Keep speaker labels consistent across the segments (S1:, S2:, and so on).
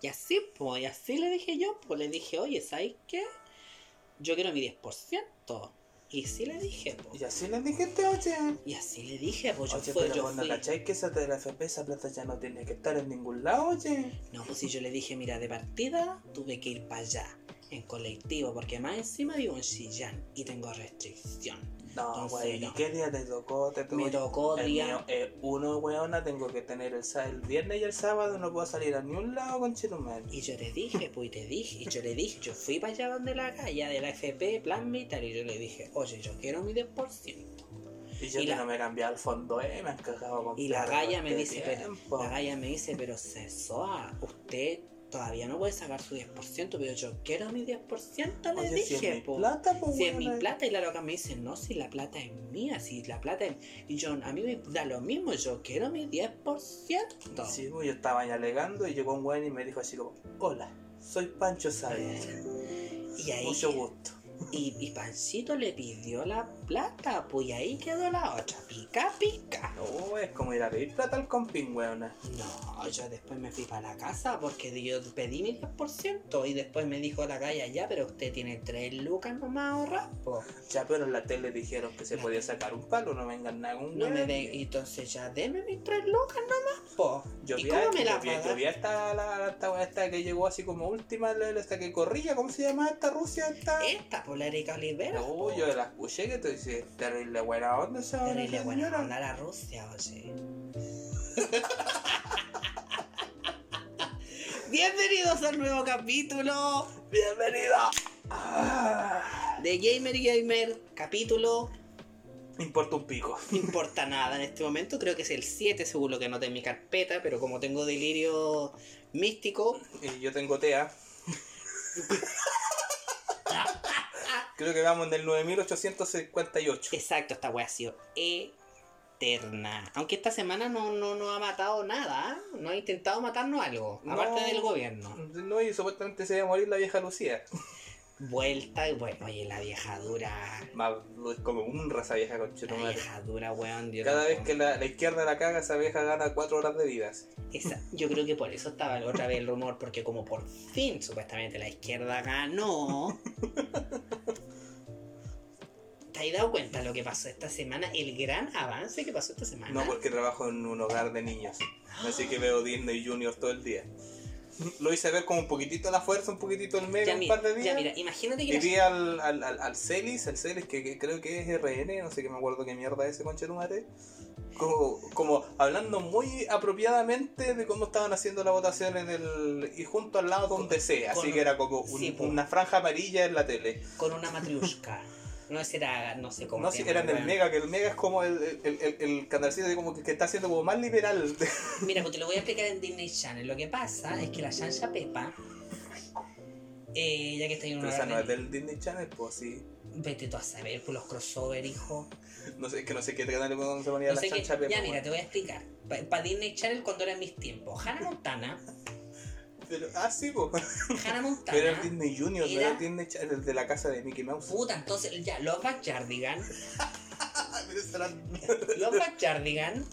S1: Y así, pues, y así le dije yo, pues le dije, oye, ¿sabes qué? Yo quiero mi 10%. Y sí le dije, pues.
S2: Y así les dijiste, oye.
S1: Y así le dije, pues yo
S2: Oye,
S1: fui,
S2: pero
S1: yo
S2: vos no
S1: fui.
S2: cacháis que esa de la FP, esa plata ya no tiene que estar en ningún lado, oye.
S1: No, pues si yo le dije, mira, de partida tuve que ir para allá, en colectivo, porque más encima vivo en Chillán y tengo restricción.
S2: No,
S1: Entonces,
S2: güey, ¿y
S1: no.
S2: qué día te tocó? Te tocó
S1: Me tocó
S2: El
S1: día.
S2: mío es uno, weona, tengo que tener el, sa- el viernes y el sábado, no puedo salir a ningún lado con Chilumel.
S1: Y yo le dije, pues y te dije, y yo le dije, yo fui para allá donde la calle de la FP, plan militar, y yo le dije, oye, yo quiero mi 10%.
S2: Y yo
S1: y
S2: tengo
S1: la-
S2: que cambiar el fondo, eh, me han cagado con este
S1: Y la galla me dice,
S2: dice
S1: pero, la galla me dice, pero Cesoa, usted todavía no puede sacar su 10%, pero yo quiero mi 10%, le
S2: Oye,
S1: dije,
S2: si es mi
S1: po.
S2: plata, pues,
S1: Si es mi
S2: weona.
S1: plata y la loca me dice, no, si la plata es mía, si la plata es... Y yo, a mí me da lo mismo, yo quiero mi 10%.
S2: Sí, pues, yo estaba ahí alegando y llegó un güey y me dijo así como, hola, soy Pancho Sabe,
S1: y ahí,
S2: mucho gusto.
S1: y, y Pancito le pidió la plata, pues y ahí quedó la otra, pica, pica.
S2: No, Oh, es como ir a pedir plata al compín, weona.
S1: No, yo después me fui para la casa porque yo pedí mi 10% y después me dijo la calle, ya, pero usted tiene 3 lucas nomás ahorrar, po".
S2: Ya, pero en la tele dijeron que se podía sacar un palo, no vengan nada con un
S1: No me
S2: weón.
S1: den, y entonces ya deme mis 3 lucas nomás, po.
S2: Yo
S1: ¿Y
S2: vi,
S1: cómo
S2: a,
S1: me
S2: yo
S1: la
S2: vi- yo
S1: pagas?
S2: vi hasta la hasta, hasta que llegó así como última, la- la- hasta que corría, ¿cómo se llama esta Rusia? Esta?
S1: Esta, por la Erika Olivera.
S2: No,
S1: po.
S2: yo la escuché que te dice, terrible buena onda esa
S1: Terrible
S2: esa
S1: buena
S2: señora.
S1: onda la Rusia, oye. Bienvenidos al nuevo capítulo
S2: Bienvenido. Ah,
S1: de Gamer y Gamer. Capítulo
S2: me importa un pico.
S1: no importa nada en este momento. Creo que es el 7, según lo que anoté en mi carpeta. Pero como tengo delirio místico,
S2: Y yo tengo TEA. Creo que vamos en el 9858.
S1: exacto, esta wea ha sido eterna. Aunque esta semana no, no, no ha matado nada, ¿ah? no ha intentado matarnos algo,
S2: No.
S1: aparte del gobierno.
S2: No, y supuestamente se iba a morir la vieja Lucía.
S1: Vuelta y bueno, oye, la vieja dura.
S2: Más es como un raza vieja con
S1: La vieja dura, weón. Dios
S2: Cada
S1: mío.
S2: vez que la, la izquierda la caga, esa vieja gana 4 horas de vidas.
S1: Esa- yo creo que por eso estaba la otra vez el rumor, porque como por fin supuestamente la izquierda ganó. ¿Te has dado cuenta lo que pasó esta semana? El gran avance que pasó esta semana.
S2: No, pues, porque trabajo en un hogar de niños. Así que veo Disney Junior todo el día. Lo hice ver como un poquitito la fuerza, un poquitito el mega,
S1: ya,
S2: un
S1: mira,
S2: par de
S1: ya
S2: días.
S1: mira, imagínate que
S2: Y
S1: la-
S2: vi al, al, al, al Celis, al Celis que, que creo que es RN, no sé qué me acuerdo qué mierda es ese conchetumare. Como, como hablando muy apropiadamente de cómo estaban haciendo la votación en el. y junto al lado donde sea. Así
S1: con-
S2: que era como un-
S1: sí, po.
S2: una franja amarilla en la tele.
S1: con una matriushka. No sé, era, no sé cómo
S2: No,
S1: se
S2: si
S1: llama,
S2: eran el
S1: weón.
S2: Mega, que el Mega es como el, el, el, el canalcito de como que, que está siendo como más liberal.
S1: Mira, pues te lo voy a explicar en Disney Channel. Lo que pasa es que la Shansha Pepa, eh, ya que está en
S2: Pero
S1: una
S2: esa
S1: hora
S2: no es
S1: de-
S2: del Disney Channel, pues sí.
S1: Vete tú a saber, por los crossover, hijo.
S2: No sé, es que no sé qué canal cuando se ponía
S1: No
S2: la
S1: sé qué-
S2: chancha Pepa,
S1: ya, mira,
S2: bueno.
S1: te voy a explicar. Para Disney Channel cuando eran mis tiempos. Hannah Montana.
S2: Pero, ah, sí, pues.
S1: Hannah Montana.
S2: Pero era el Disney Junior, no
S1: Era-
S2: era el Disney Channel, el de la casa de Mickey Mouse.
S1: Puta, entonces, ya, los Bachardigan.
S2: Ah, pero esa era-
S1: Los Bachardigan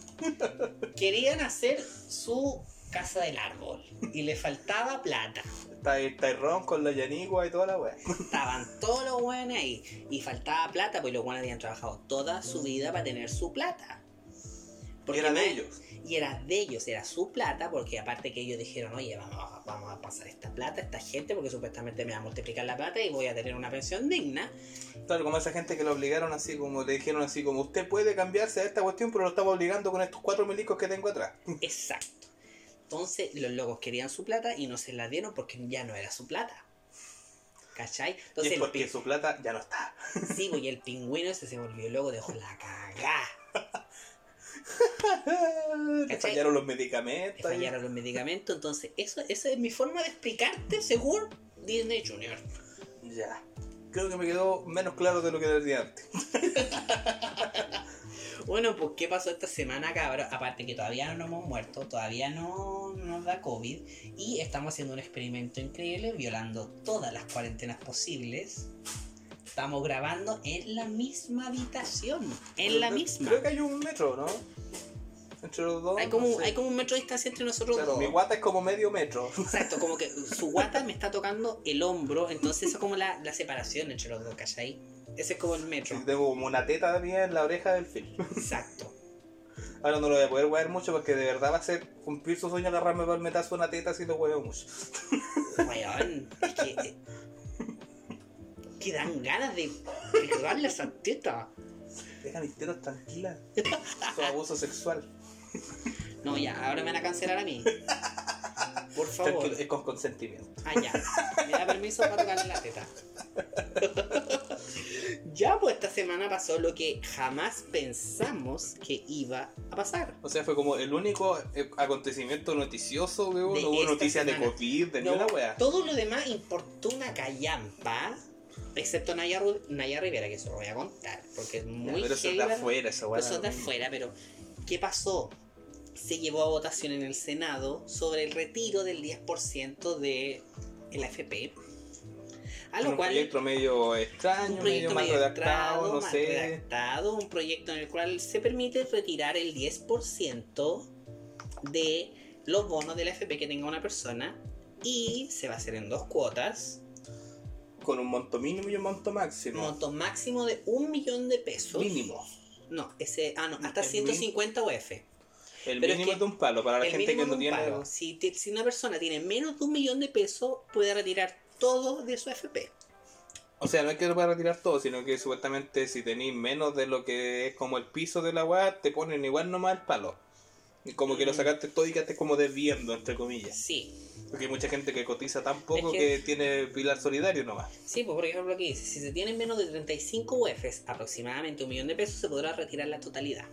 S1: querían hacer su casa del árbol. Y le faltaba plata.
S2: Está ahí Tyrone con la Yanigua y toda la wea.
S1: Estaban todos los buenos ahí. Y faltaba plata, pues los buenos habían trabajado toda su vida para tener su plata. Porque
S2: Era
S1: más-
S2: de ellos.
S1: Y era de ellos, era su plata, porque aparte que ellos dijeron, oye, vamos, a- vamos a pasar esta plata a esta gente, porque supuestamente me va a multiplicar la plata y voy a tener una pensión digna.
S2: Claro, como esa gente que lo obligaron así, como le dijeron así, como usted puede cambiarse a esta cuestión, pero lo estamos obligando con estos cuatro milicos que tengo atrás.
S1: Exacto. Entonces los locos querían su plata y no se la dieron porque ya no era su plata. ¿Cachai?
S2: Y
S1: Entonces
S2: es
S1: el,
S2: porque su plata ya no está.
S1: pin- sí, pues, y el pingüino ese se volvió loco, dejó la cagá.
S2: Le
S1: ¿Cachai?
S2: fallaron los
S1: Le
S2: medicamentos.
S1: fallaron los medicamentos, entonces eso, esa es mi forma de explicarte según Disney Junior.
S2: Ya. Creo que me quedó menos claro de lo que decía antes.
S1: Bueno, pues ¿qué pasó esta semana, cabrón? Aparte que todavía no hemos muerto, todavía no nos da COVID y estamos haciendo un experimento increíble, violando todas las cuarentenas posibles. Estamos grabando en la misma habitación, en la
S2: Creo-
S1: misma.
S2: Creo que hay un metro, ¿no? entre los dos.
S1: Hay como,
S2: no sé.
S1: hay como un metro de distancia entre nosotros
S2: Claro,
S1: dos.
S2: mi guata es como medio metro.
S1: Exacto, como que su guata me está tocando el hombro, entonces eso es como la, la separación entre los dos, ¿cachai? Ese es como el metro.
S2: Y tengo como una teta mía en la oreja del film.
S1: Exacto.
S2: Ahora no lo voy a poder huear mucho porque de verdad va a ser cumplir su sueño agarrarme para el metazo una teta si lo hueveo mucho.
S1: Weón, es que. eh, que dan ganas de pegarle a esa teta.
S2: Deja mis tetas tranquilas. Eso es abuso sexual.
S1: No, ya, ahora me van a cancelar a mí. Por favor.
S2: Tranquilo, es con consentimiento.
S1: Ah, ya. Me da permiso para tocarle la teta. Ya, pues esta semana pasó lo que jamás pensamos que iba a pasar.
S2: O sea, fue como el único eh, acontecimiento noticioso, weón.
S1: De
S2: No hubo
S1: esta
S2: noticias de
S1: semana.
S2: COVID, de
S1: No,
S2: ninguna wea.
S1: Todo lo demás importó una callampa. Excepto Naya, Ru- Naya Rivera, que eso lo voy a contar. Porque es
S2: Ya,
S1: muy
S2: pero eso es de
S1: heavy, ¿verdad?
S2: afuera, esa wea.
S1: Pero son de afuera, pero ¿qué pasó? Se llevó a votación en el Senado sobre el retiro del 10% de el AFP. A lo
S2: un
S1: cual
S2: proyecto medio extraño,
S1: un proyecto
S2: medio mal redactado, no
S1: mal
S2: sé.
S1: redactado, un proyecto en el cual se permite retirar el 10% de los bonos del AFP que tenga una persona y se va a hacer en dos cuotas,
S2: Con un monto mínimo y un monto máximo.
S1: monto máximo de un millón de pesos.
S2: Mínimo.
S1: No, ese, ah, no, hasta
S2: El
S1: 150 UF.
S2: El
S1: Pero es
S2: mínimo
S1: que
S2: es de un palo para la
S1: El
S2: gente que
S1: mínimo
S2: no
S1: de un
S2: tiene.
S1: pago. Si, te- si una persona tiene menos de un millón de pesos, puede retirar todo de su AFP.
S2: O sea, no es que lo pueda retirar todo, sino que supuestamente si tenéis menos de lo que es como el piso de la weá, te ponen igual nomás el palo. Y como que lo
S1: Mm.
S2: sacaste todo y que estés como desviando, entre comillas.
S1: Sí,
S2: Porque hay mucha gente que cotiza tan poco
S1: Es
S2: que...
S1: que-
S2: tiene pilar solidario nomás.
S1: sí, pues por ejemplo aquí dice, si se tienen menos de 35 UFs, aproximadamente un millón de pesos, se podrá retirar la totalidad.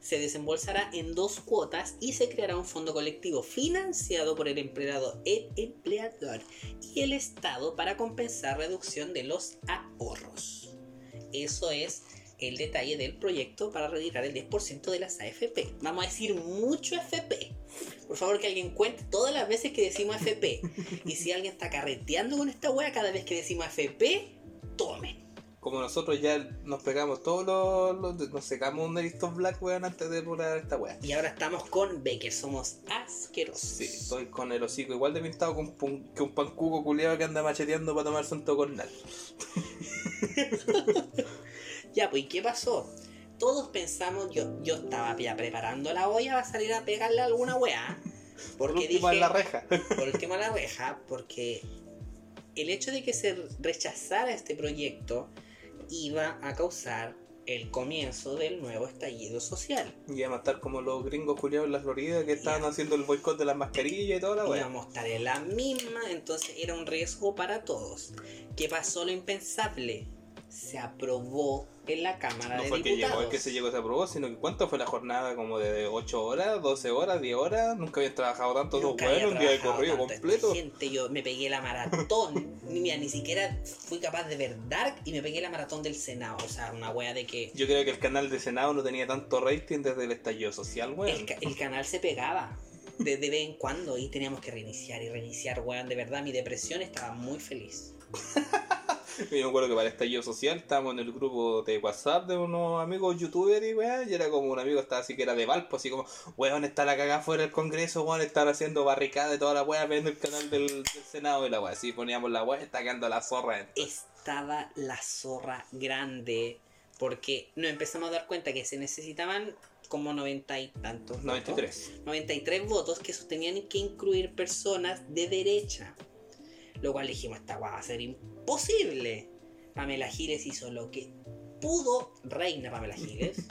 S1: Se desembolsará en dos cuotas y se creará un fondo colectivo financiado por el empleado, el empleador y el Estado para compensar reducción de los ahorros. Eso es el detalle del proyecto para retirar el 10% de las AFP. Vamos a decir mucho FP. Por favor, que alguien cuente todas las veces que decimos FP. Y si alguien está carreteando con esta wea cada vez que decimos FP, tomen.
S2: Como nosotros ya nos pegamos todos los. los- nos secamos un Ariston Black, weón, antes de volar esta weá.
S1: Y ahora estamos con Becker, somos asquerosos.
S2: Sí, estoy con el hocico igual de pintado con pun- que un pancuco culiado que anda macheteando para tomarse un tocornal.
S1: Ya, pues, ¿y qué pasó? Todos pensamos, yo, yo estaba ya preparando la olla para salir a pegarle a alguna wea.
S2: Por
S1: Porque
S2: último
S1: dije,
S2: en la reja.
S1: por último a la reja, porque el hecho de que se rechazara este proyecto iba a causar el comienzo del nuevo estallido social.
S2: Y a estar como los gringos culiados en la Florida que estaban haciendo el boicot de las mascarillas y toda la weá.
S1: Íbamos a estar en la misma, entonces era un riesgo para todos. ¿Qué pasó lo impensable? Se aprobó en la Cámara
S2: No
S1: de
S2: fue que
S1: Diputados.
S2: llegó, el que se llegó se aprobó, sino que cuánto fue la jornada, como de 8 horas, 12 horas, 10 horas, nunca habían trabajado tanto dos
S1: Nunca había
S2: weones, un día de
S1: trabajado
S2: corrido
S1: tanto esta
S2: completo.
S1: Gente, yo me pegué la maratón. ni, mira, ni siquiera fui capaz de ver Dark y me pegué la maratón del Senado. O sea, una wea de que
S2: Yo creo que el canal de Senado no tenía tanto rating desde el estallido social,
S1: el,
S2: weón.
S1: ca- el canal se pegaba de, de vez en cuando y teníamos que reiniciar y reiniciar, weón. De verdad, mi depresión estaba muy feliz.
S2: Yo me acuerdo que para el estallido social estábamos en el grupo de WhatsApp de unos amigos youtubers y weón, y era como un amigo estaba así que era de Valpo, así como, weón, está la cagada fuera del Congreso, weón, estar haciendo barricadas y toda la weá, viendo el canal del, del Senado y la weá, así poníamos la weá, está cagando la zorra. entonces.
S1: Estaba la zorra grande porque nos empezamos a dar cuenta que se necesitaban como noventa y tantos. votos.
S2: 93.
S1: 93 votos que sostenían que incluir personas de derecha. Lo cual dijimos, esta guay va a ser imposible. Pamela Giles hizo lo que pudo, reina Pamela Giles,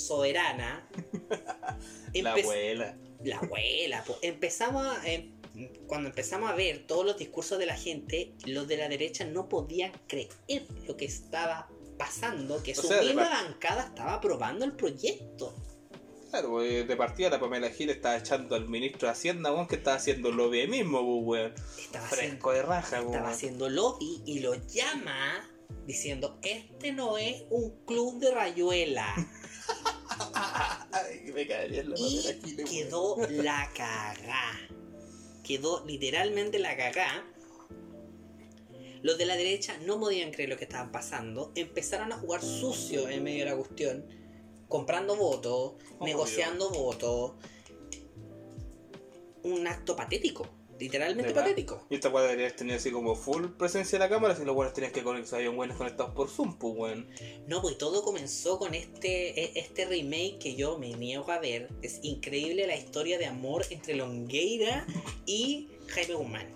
S1: soberana.
S2: La
S1: Empe-
S2: abuela.
S1: la abuela, po. Empezamos a, em, cuando empezamos a ver todos los discursos de la gente, los de la derecha no podían creer lo que estaba pasando, que
S2: O
S1: su
S2: sea, de
S1: misma
S2: par-
S1: bancada estaba aprobando el proyecto.
S2: Claro, eh, de partida la Pamela Gil estaba echando al ministro de Hacienda, weón, que estaba haciendo lobby ahí mismo, pues, weón.
S1: Estaba haciendo
S2: Fresco de raja,
S1: estaba
S2: weón.
S1: haciendo lobby y lo llama diciendo, este no es un club de rayuela.
S2: Ay, me caería en la
S1: y
S2: Pamela Giles, weón.
S1: quedó la cagá. Quedó literalmente la cagá. Los de la derecha no podían creer lo que estaban pasando. Empezaron a jugar sucio en medio de la cuestión. comprando votos,
S2: Obvio.
S1: negociando votos. Un acto patético, literalmente
S2: ¿De verdad?
S1: patético.
S2: Y esta weá debería haber tenido así como full presencia de la cámara, si los weones tenían que conectar, habían weones conectados por Zoom, pues weón.
S1: No, pues todo comenzó con este, e- este remake que yo me niego a ver. Es increíble la historia de amor entre Longueira y Jaime Guzmán.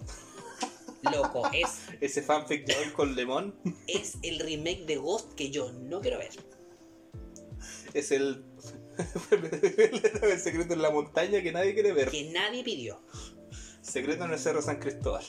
S1: Loco, es,
S2: Ese fanfic de hoy con Lemón
S1: es el remake de Ghost que yo no quiero ver.
S2: es el. el secreto en la montaña que nadie quiere ver.
S1: Que nadie pidió.
S2: Secreto en el Cerro San Cristóbal.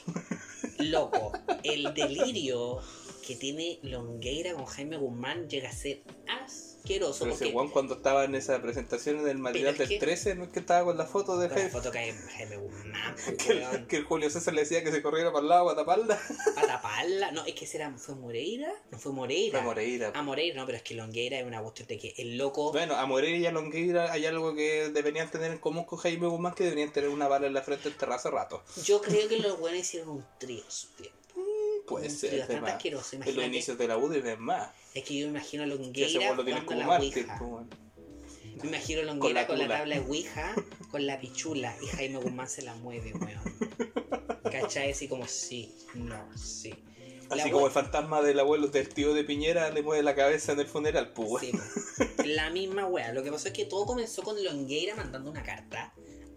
S1: Loco, el delirio que tiene Longueira con Jaime Guzmán llega a ser asqueroso.
S2: Pero ese
S1: porque
S2: Juan cuando estaba en esa presentación del material
S1: Pero es
S2: del
S1: que-
S2: 13, no es que estaba con la foto de
S1: con la
S2: Jaime.
S1: foto que hay de Jaime Guzmán, pues,
S2: Que, el-
S1: weón,
S2: que el Julio César le decía que se corriera para el lado, para taparla.
S1: para taparla. No, es que ese era, ¿fue Moreira? No fue Moreira.
S2: A Moreira.
S1: A Moreira, no, pero es que Longueira es una cuestión de que el loco.
S2: Bueno, a Moreira y a Longueira hay algo que deberían tener en común con Jaime Guzmán, que deberían tener una bala en la frente en terraza rato.
S1: Yo creo que los buenos hicieron un trío en su tiempo.
S2: Puede
S1: un
S2: ser,
S1: trío bastante
S2: además.
S1: asqueroso.
S2: En los
S1: Imagínate,
S2: inicios de la UDI es más.
S1: es que yo me imagino a
S2: Que ese
S1: Longueira
S2: Juan lo
S1: jugando
S2: tienen
S1: a
S2: como
S1: la
S2: mártir.
S1: Ouija.
S2: pues, bueno.
S1: Me imagino a
S2: Con
S1: Longueira
S2: la
S1: con la,
S2: tula.
S1: tabla de Ouija, con la pichula, y Jaime Guzmán se la mueve, weón. ¿Cachai? Así como sí, no, sí.
S2: Así
S1: La
S2: como
S1: hue-
S2: el fantasma del abuelo del tío de Piñera le mueve la cabeza en el funeral, pues. bueno.
S1: Sí, po. la misma wea. Lo que pasó es que todo comenzó con Longueira mandando una carta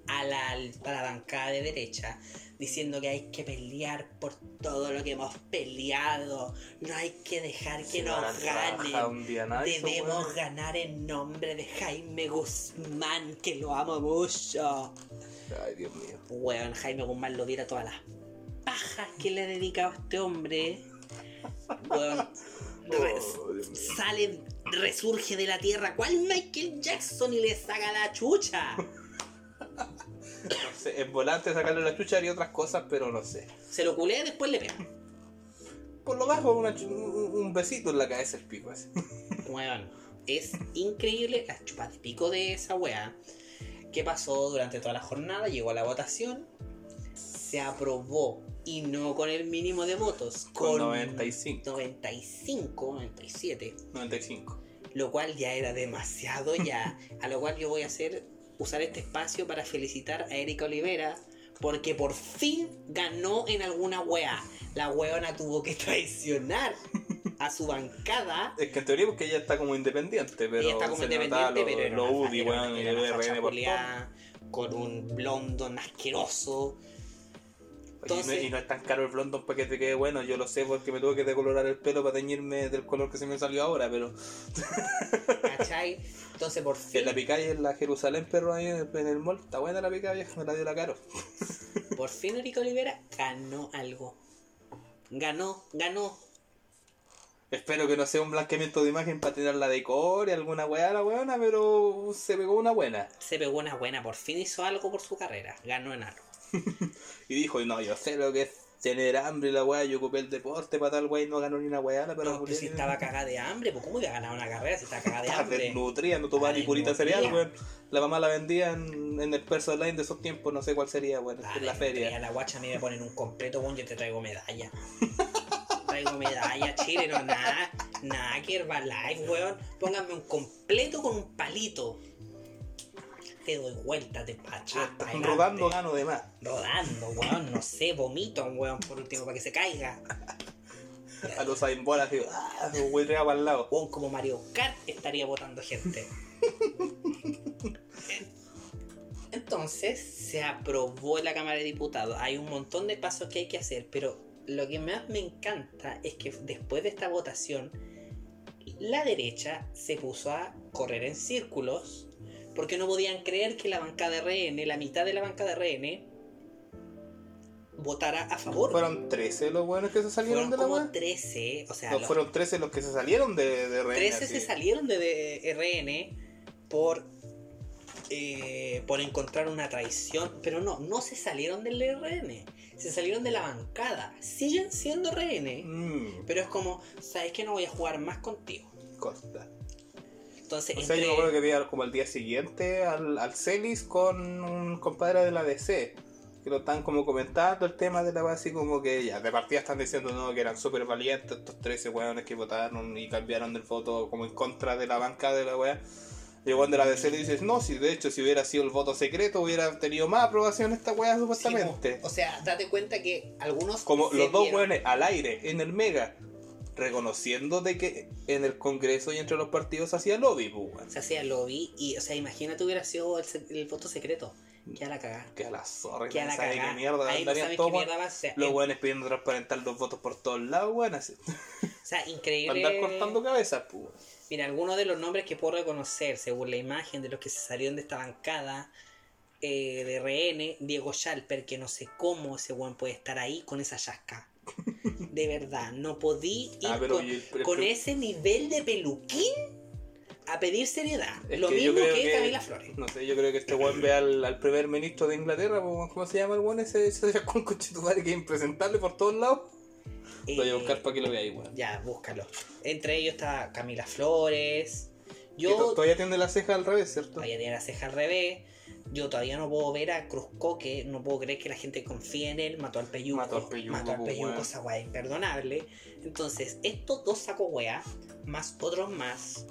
S1: a la, a la bancada de derecha diciendo que hay que pelear por todo lo que hemos peleado. No hay que dejar que
S2: Si no
S1: nos
S2: la trabaja
S1: ganen.
S2: un día nadie, pues,
S1: Debemos
S2: bueno.
S1: ganar en nombre de Jaime Guzmán, que lo amo mucho.
S2: Ay, Dios mío.
S1: Weón, Jaime Guzmán lo diera todas las pajas que le ha dedicado a este hombre. Weón, res-
S2: Oh, Dios mío.
S1: sale, resurge de la tierra, ¿cuál Michael Jackson y le saca la chucha?
S2: No sé, en volante sacarle la chucha haría otras cosas, pero no sé.
S1: Se lo culea y después le pega.
S2: Por lo bajo, una chu- un, un besito en la cabeza el pico. Así.
S1: Weón, es increíble las chupas de pico de esa wea. ¿Qué pasó durante toda la jornada? Llegó a la votación, se aprobó y no con el mínimo de votos,
S2: Con
S1: con
S2: 95.
S1: 95, 97.
S2: 95.
S1: lo cual ya era demasiado ya, a lo cual yo voy a hacer usar este espacio para felicitar a Erika Olivera porque por fin ganó en alguna wea. La weona tuvo que traicionar a su bancada.
S2: Es que en teoría porque ella está como independiente, pero
S1: Ella está como
S2: se le
S1: independiente,
S2: notaba lo,
S1: pero era
S2: lo
S1: una-
S2: UDI,
S1: era una-
S2: weón, y
S1: era una facha
S2: RN por todo.
S1: culiá, con un blondo asqueroso.
S2: y,
S1: Entonces-
S2: no, y no es tan caro el blondón para que te quede bueno, yo lo sé porque me tuve que decolorar el pelo para teñirme del color que se me salió ahora, pero
S1: ¿Cachai? Entonces por
S2: en
S1: fin,
S2: la picada y en la Jerusalén, perro, ahí en el, en el mall, está buena la picada vieja, me la dio la caro.
S1: por fin Erika Olivera ganó algo. Ganó, ganó.
S2: Espero que no sea un blanqueamiento de imagen para tirar la decore, alguna weá a la weona, pero se pegó una buena.
S1: Se pegó una buena, por fin hizo algo por su carrera. Ganó en algo.
S2: Y dijo, no, yo sé lo que es tener hambre y la weá, yo ocupé el deporte para tal weá y no ganó ni una weá, pero
S1: No, pues si estaba cagada de hambre, pues ¿cómo iba a ganar una carrera si estaba cagada de hambre?
S2: desnutría, no tomaba ni
S1: Estaba
S2: purita cereal,
S1: desnutrida.
S2: weón. La mamá la vendía en, en el Perso Online de esos tiempos, no sé cuál sería, weón,
S1: Ah,
S2: en la
S1: no,
S2: feria.
S1: A la guacha a mí me ponen un completo, bueno, yo te traigo medalla. traigo medalla, chile, no, nada, nada que Herbalife, weón. Pónganme un completo con un palito. Te doy vuelta, te pachas. pa'
S2: Están
S1: adelante.
S2: Robando gano de más.
S1: Rodando, weón, no sé, vomito a un weón por último para que se caiga.
S2: A los aimbolas, digo, ah, los hueteaba para el lado.
S1: Weón, como Mario Kart estaría votando gente. Entonces se aprobó en la Cámara de Diputados. Hay un montón de pasos que hay que hacer, pero lo que más me encanta es que después de esta votación, la derecha se puso a correr en círculos porque no podían creer que la bancada de RN, la mitad de la bancada de RN, votara a favor.
S2: Fueron 13 los weones que se salieron
S1: Fueron
S2: de la
S1: como
S2: weá.
S1: 13, o sea,
S2: No,
S1: los
S2: fueron 13 los que se salieron de, de RN,
S1: 13 se
S2: así.
S1: salieron de, de RN por, eh, por encontrar una traición, pero no, no se salieron del RN, se salieron de la bancada, siguen siendo RN,
S2: Mm,
S1: pero es como, sabes que no voy a jugar más contigo.
S2: Costa.
S1: Entonces,
S2: O sea, yo me
S1: entre-
S2: acuerdo que vi al- como al día siguiente al, al Celis con un compadre de la DC. Que lo están como comentando el tema de la base, así como que ya, de partida están diciendo no, que eran súper valientes estos 13 weones que votaron y cambiaron el voto como en contra de la banca de la wea. Y cuando la DC le dices, no, si de hecho si hubiera sido el voto secreto hubiera tenido más aprobación esta weá
S1: Sí, pues, po.
S2: supuestamente.
S1: o sea, date cuenta que algunos.
S2: Como
S1: se
S2: los dos
S1: vieron-
S2: hueones al aire, en el mega, reconociendo de que en el Congreso y entre los partidos se hacía lobby, pues, weón.
S1: Se hacía lobby y, o sea, imagínate hubiera sido el, se- el voto secreto. Que a la cagada.
S2: Que a la zorra,
S1: Que a
S2: no
S1: la
S2: sabe qué
S1: cagada.
S2: mierda,
S1: Ahí no
S2: andarían
S1: sabes
S2: todos,
S1: qué mierda va a ser.
S2: Los
S1: Eh,
S2: weones pidiendo transparentar los votos por todos lados, weón, así,
S1: O sea,
S2: para
S1: increíble.
S2: andar cortando cabezas, pues. weón.
S1: Mira, algunos de los nombres que puedo reconocer, según la imagen de los que se salieron de esta bancada eh, de RN, Diego Schalper, que no sé cómo ese weón puede estar ahí con esa yasca. De verdad, no podí ir
S2: Ah, pero
S1: con,
S2: y el- pero-
S1: con ese nivel de peluquín a pedir seriedad.
S2: es
S1: Lo
S2: yo
S1: mismo que,
S2: creo
S1: Camila Flores.
S2: No sé, yo creo que este weón ve al, al primer ministro de Inglaterra, pues, weón, ¿cómo se llama el weón? Ese, ese con conchetumare que es impresentable por todos lados. Lo voy a
S1: Eh,
S2: buscar para que lo veáis, weón.
S1: Ya, búscalo. Entre ellos está Camila Flores. Yo
S2: Que to- todavía tiene la ceja al revés, ¿cierto?
S1: Todavía tiene la ceja al revés. Yo todavía no puedo ver a Cruzcoque, no puedo creer que la gente confíe en él. Mató al peyuco.
S2: Mató al Peyuco,
S1: Mató al
S2: po,
S1: Peyuco,
S2: weón.
S1: esa weá es imperdonable. Entonces, estos dos sacos weá, más otros más,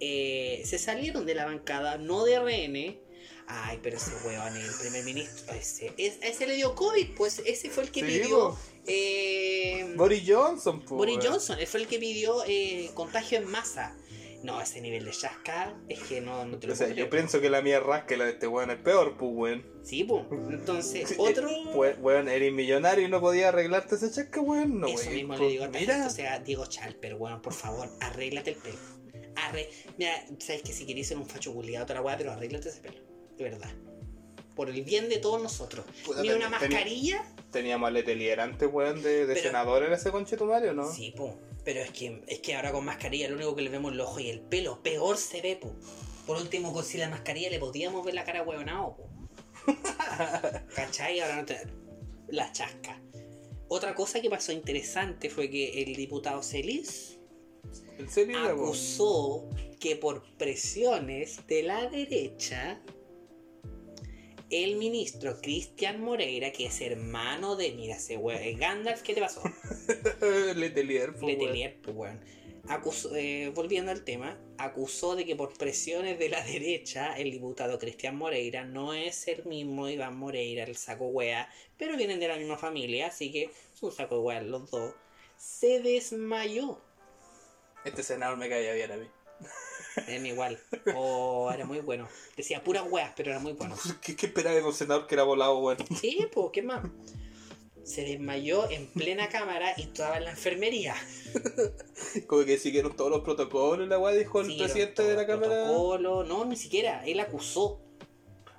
S1: eh, se salieron de la bancada, no de RN. Ay, pero ese weón, el primer ministro, ese, es- ese le dio COVID, pues ese fue el que
S2: Sí,
S1: pidió.
S2: po.
S1: eh,
S2: Boris Johnson, pues.
S1: Boris Johnson, él fue el que pidió eh, contagio en masa. No, ese nivel de chasca es que no, no te lo
S2: O sea,
S1: puedo
S2: yo
S1: creer.
S2: pienso que la mía rasca y la de este weón es peor, pues, weón.
S1: Sí, pues. Entonces,
S2: Sí,
S1: otro.
S2: eh, Pues, weón, eres millonario y no podía arreglarte ese cheque, weón. No,
S1: eso
S2: weón.
S1: mismo le
S2: Pues,
S1: digo a esta gente,
S2: Mira,
S1: o sea, Diego Chalper, weón, por favor, arréglate el pelo. Arre... Mira, sabes que si querés ser un facho culiado, toda la weá, pero arréglate ese pelo. De verdad. Por el bien de todos nosotros.
S2: Puta,
S1: Ni
S2: teni-
S1: una
S2: teni-
S1: mascarilla.
S2: Teníamos al liderante, weón, de, de
S1: Pero-
S2: senador en ese conchetumario, ¿no?
S1: Sí, po. Pero es que, es que ahora con mascarilla lo único que le vemos el ojo y el pelo. Peor se ve, po. Por último, con si la mascarilla le podíamos ver la cara huevonao, po. ¿Cachai? Ahora no te... La chasca. Otra cosa que pasó interesante fue que el diputado Celis
S2: ¿En serio? era, weón?
S1: acusó que por presiones de la derecha, el ministro Cristian Moreira, que es hermano de, mira, ese hue- eh, Gandalf, ¿qué te pasó?
S2: Letelier, pues, weón.
S1: Letelier, pues, weón. Acusó- eh, volviendo al tema, acusó de que por presiones de la derecha, el diputado Cristian Moreira no es el mismo Iván Moreira, el saco wea, pero vienen de la misma familia, así que es un saco wea los dos. Se desmayó.
S2: Este senador me caía bien a mí.
S1: Era igual. O era muy bueno. Decía puras weas, pero era muy bueno.
S2: ¿Qué, qué esperaba de un senador que era volado, weón?
S1: Sí, pues, ¿qué más? Se desmayó en plena cámara y estaba en la enfermería.
S2: Como que siguieron todos los protocolos, la weá, dijo el
S1: Sí,
S2: presidente de la Cámara.
S1: protocolo, No, ni siquiera. Él acusó.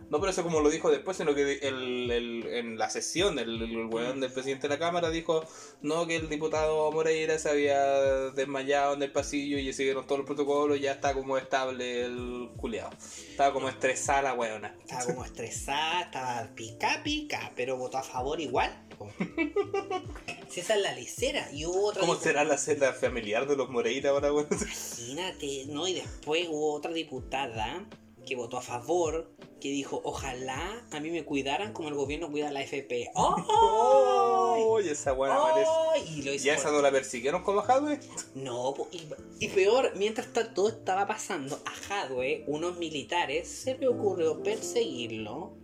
S2: No, pero eso como lo dijo después, sino que el, el- en la sesión el, el weón del presidente de la Cámara dijo no que el diputado Moreira se había desmayado en el pasillo y siguieron todos los protocolos y ya está como estable el culiado. Estaba como estresada la weona.
S1: Estaba como estresada, estaba pica pica, pero votó a favor igual. Si esa es la licera. Y hubo otra.
S2: ¿Cómo
S1: dipu-
S2: será la celda familiar de los Moreira ahora, weón?
S1: Imagínate, ¿no? Y después hubo otra diputada que votó a favor, que dijo: Ojalá a mí me cuidaran como el gobierno cuida a la FP. ¡Oh!
S2: Oye, esa weona parece.
S1: Y lo hizo.
S2: ¿Ya esa
S1: por-
S2: no la persiguieron como Jadwe?
S1: No, po, y, y peor, mientras ta- todo estaba pasando, a Hadwe, unos militares, se le ocurrió perseguirlo.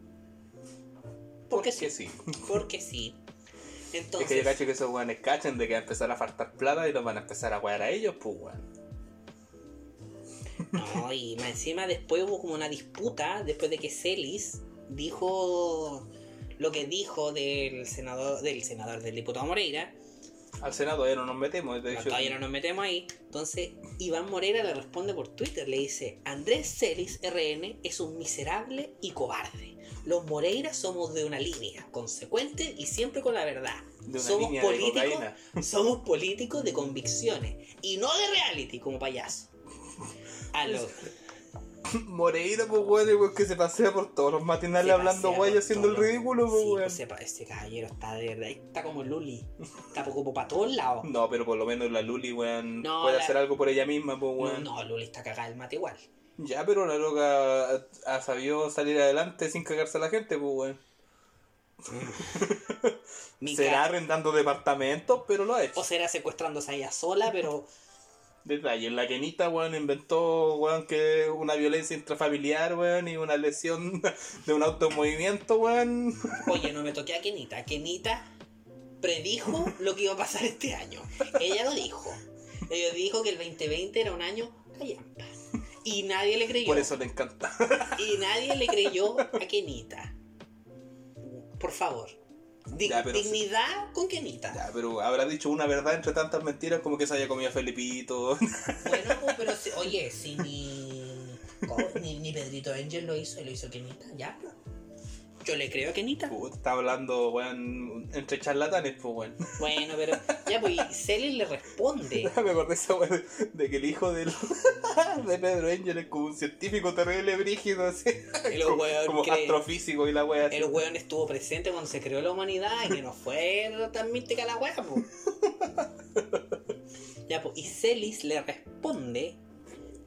S1: Porque sí.
S2: que sí.
S1: Porque sí.
S2: Es que yo
S1: Entonces,
S2: cacho que esos weones cachan de que va a empezar a faltar plata y los van a empezar a wear a ellos, pues weón.
S1: no, y más encima después hubo como una disputa, después de que Celis dijo lo que dijo del senador, del senador, del diputado Moreira,
S2: Al Senado todavía no nos metemos, de
S1: No,
S2: hecho.
S1: todavía no nos metemos ahí. Entonces, Iván Moreira le responde por Twitter, le dice, Andrés Celis, RN, es un miserable y cobarde. Los Moreiras somos de una línea, consecuente y siempre con la verdad.
S2: de una
S1: somos,
S2: línea de
S1: políticos,
S2: cocaína.
S1: somos políticos de convicciones y no de reality como payaso. A lo-
S2: Moreira, pues weón, el weón que se pasea por todos los matinales
S1: Se
S2: hablando
S1: pasea
S2: guay
S1: por
S2: haciendo el
S1: todos.
S2: ridículo, pues
S1: Sí,
S2: weón.
S1: pues, sepa, este caballero está de verdad, está como Luli, está como para todos lados.
S2: No, pero por lo menos la Luli, weón,
S1: No,
S2: puede
S1: la-
S2: hacer algo por ella misma, pues
S1: No,
S2: weón.
S1: no, Luli está cagada el mate igual.
S2: Ya, pero la loca ha, ha sabido salir adelante sin cagarse a la gente, pues weón.
S1: Mi
S2: Será
S1: ca-
S2: arrendando departamentos, pero lo ha hecho.
S1: O será secuestrándose a ella sola, pero
S2: Detalle, en la quenita, weón, inventó, weón, que una violencia intrafamiliar, weón, y una lesión de un auto en movimiento, weón.
S1: Oye, no me toqué a Kenita. Kenita predijo lo que iba a pasar este año. Ella lo dijo. Ella dijo que el 2020 era un año callampa. Y nadie le creyó.
S2: Por eso le encanta.
S1: Y nadie le creyó a Kenita. Por favor. Dig-
S2: Ya, pero sí.
S1: dignidad con Kenita.
S2: Ya, pero habrá dicho una verdad entre tantas mentiras como que se haya comido a Felipito.
S1: Bueno, pues, pero si- oye, si ni, co- ni, ni Pedrito Angel lo hizo, lo hizo Kenita, ya. pues. Yo le creo a Kenita.
S2: Puta, está hablando, weón, entre charlatanes, pues, weón.
S1: Bueno, pero ya, pues, y Celis le responde.
S2: Me acordé esa weón de que el hijo del, de Pedro Angel es como un científico terrible, brígido, así.
S1: El
S2: como
S1: weón,
S2: como
S1: cree-
S2: astrofísico y la weá así.
S1: el weón estuvo presente cuando se creó la humanidad y que no fue tan mística la weá, pues. Ya, pues, y Celis le responde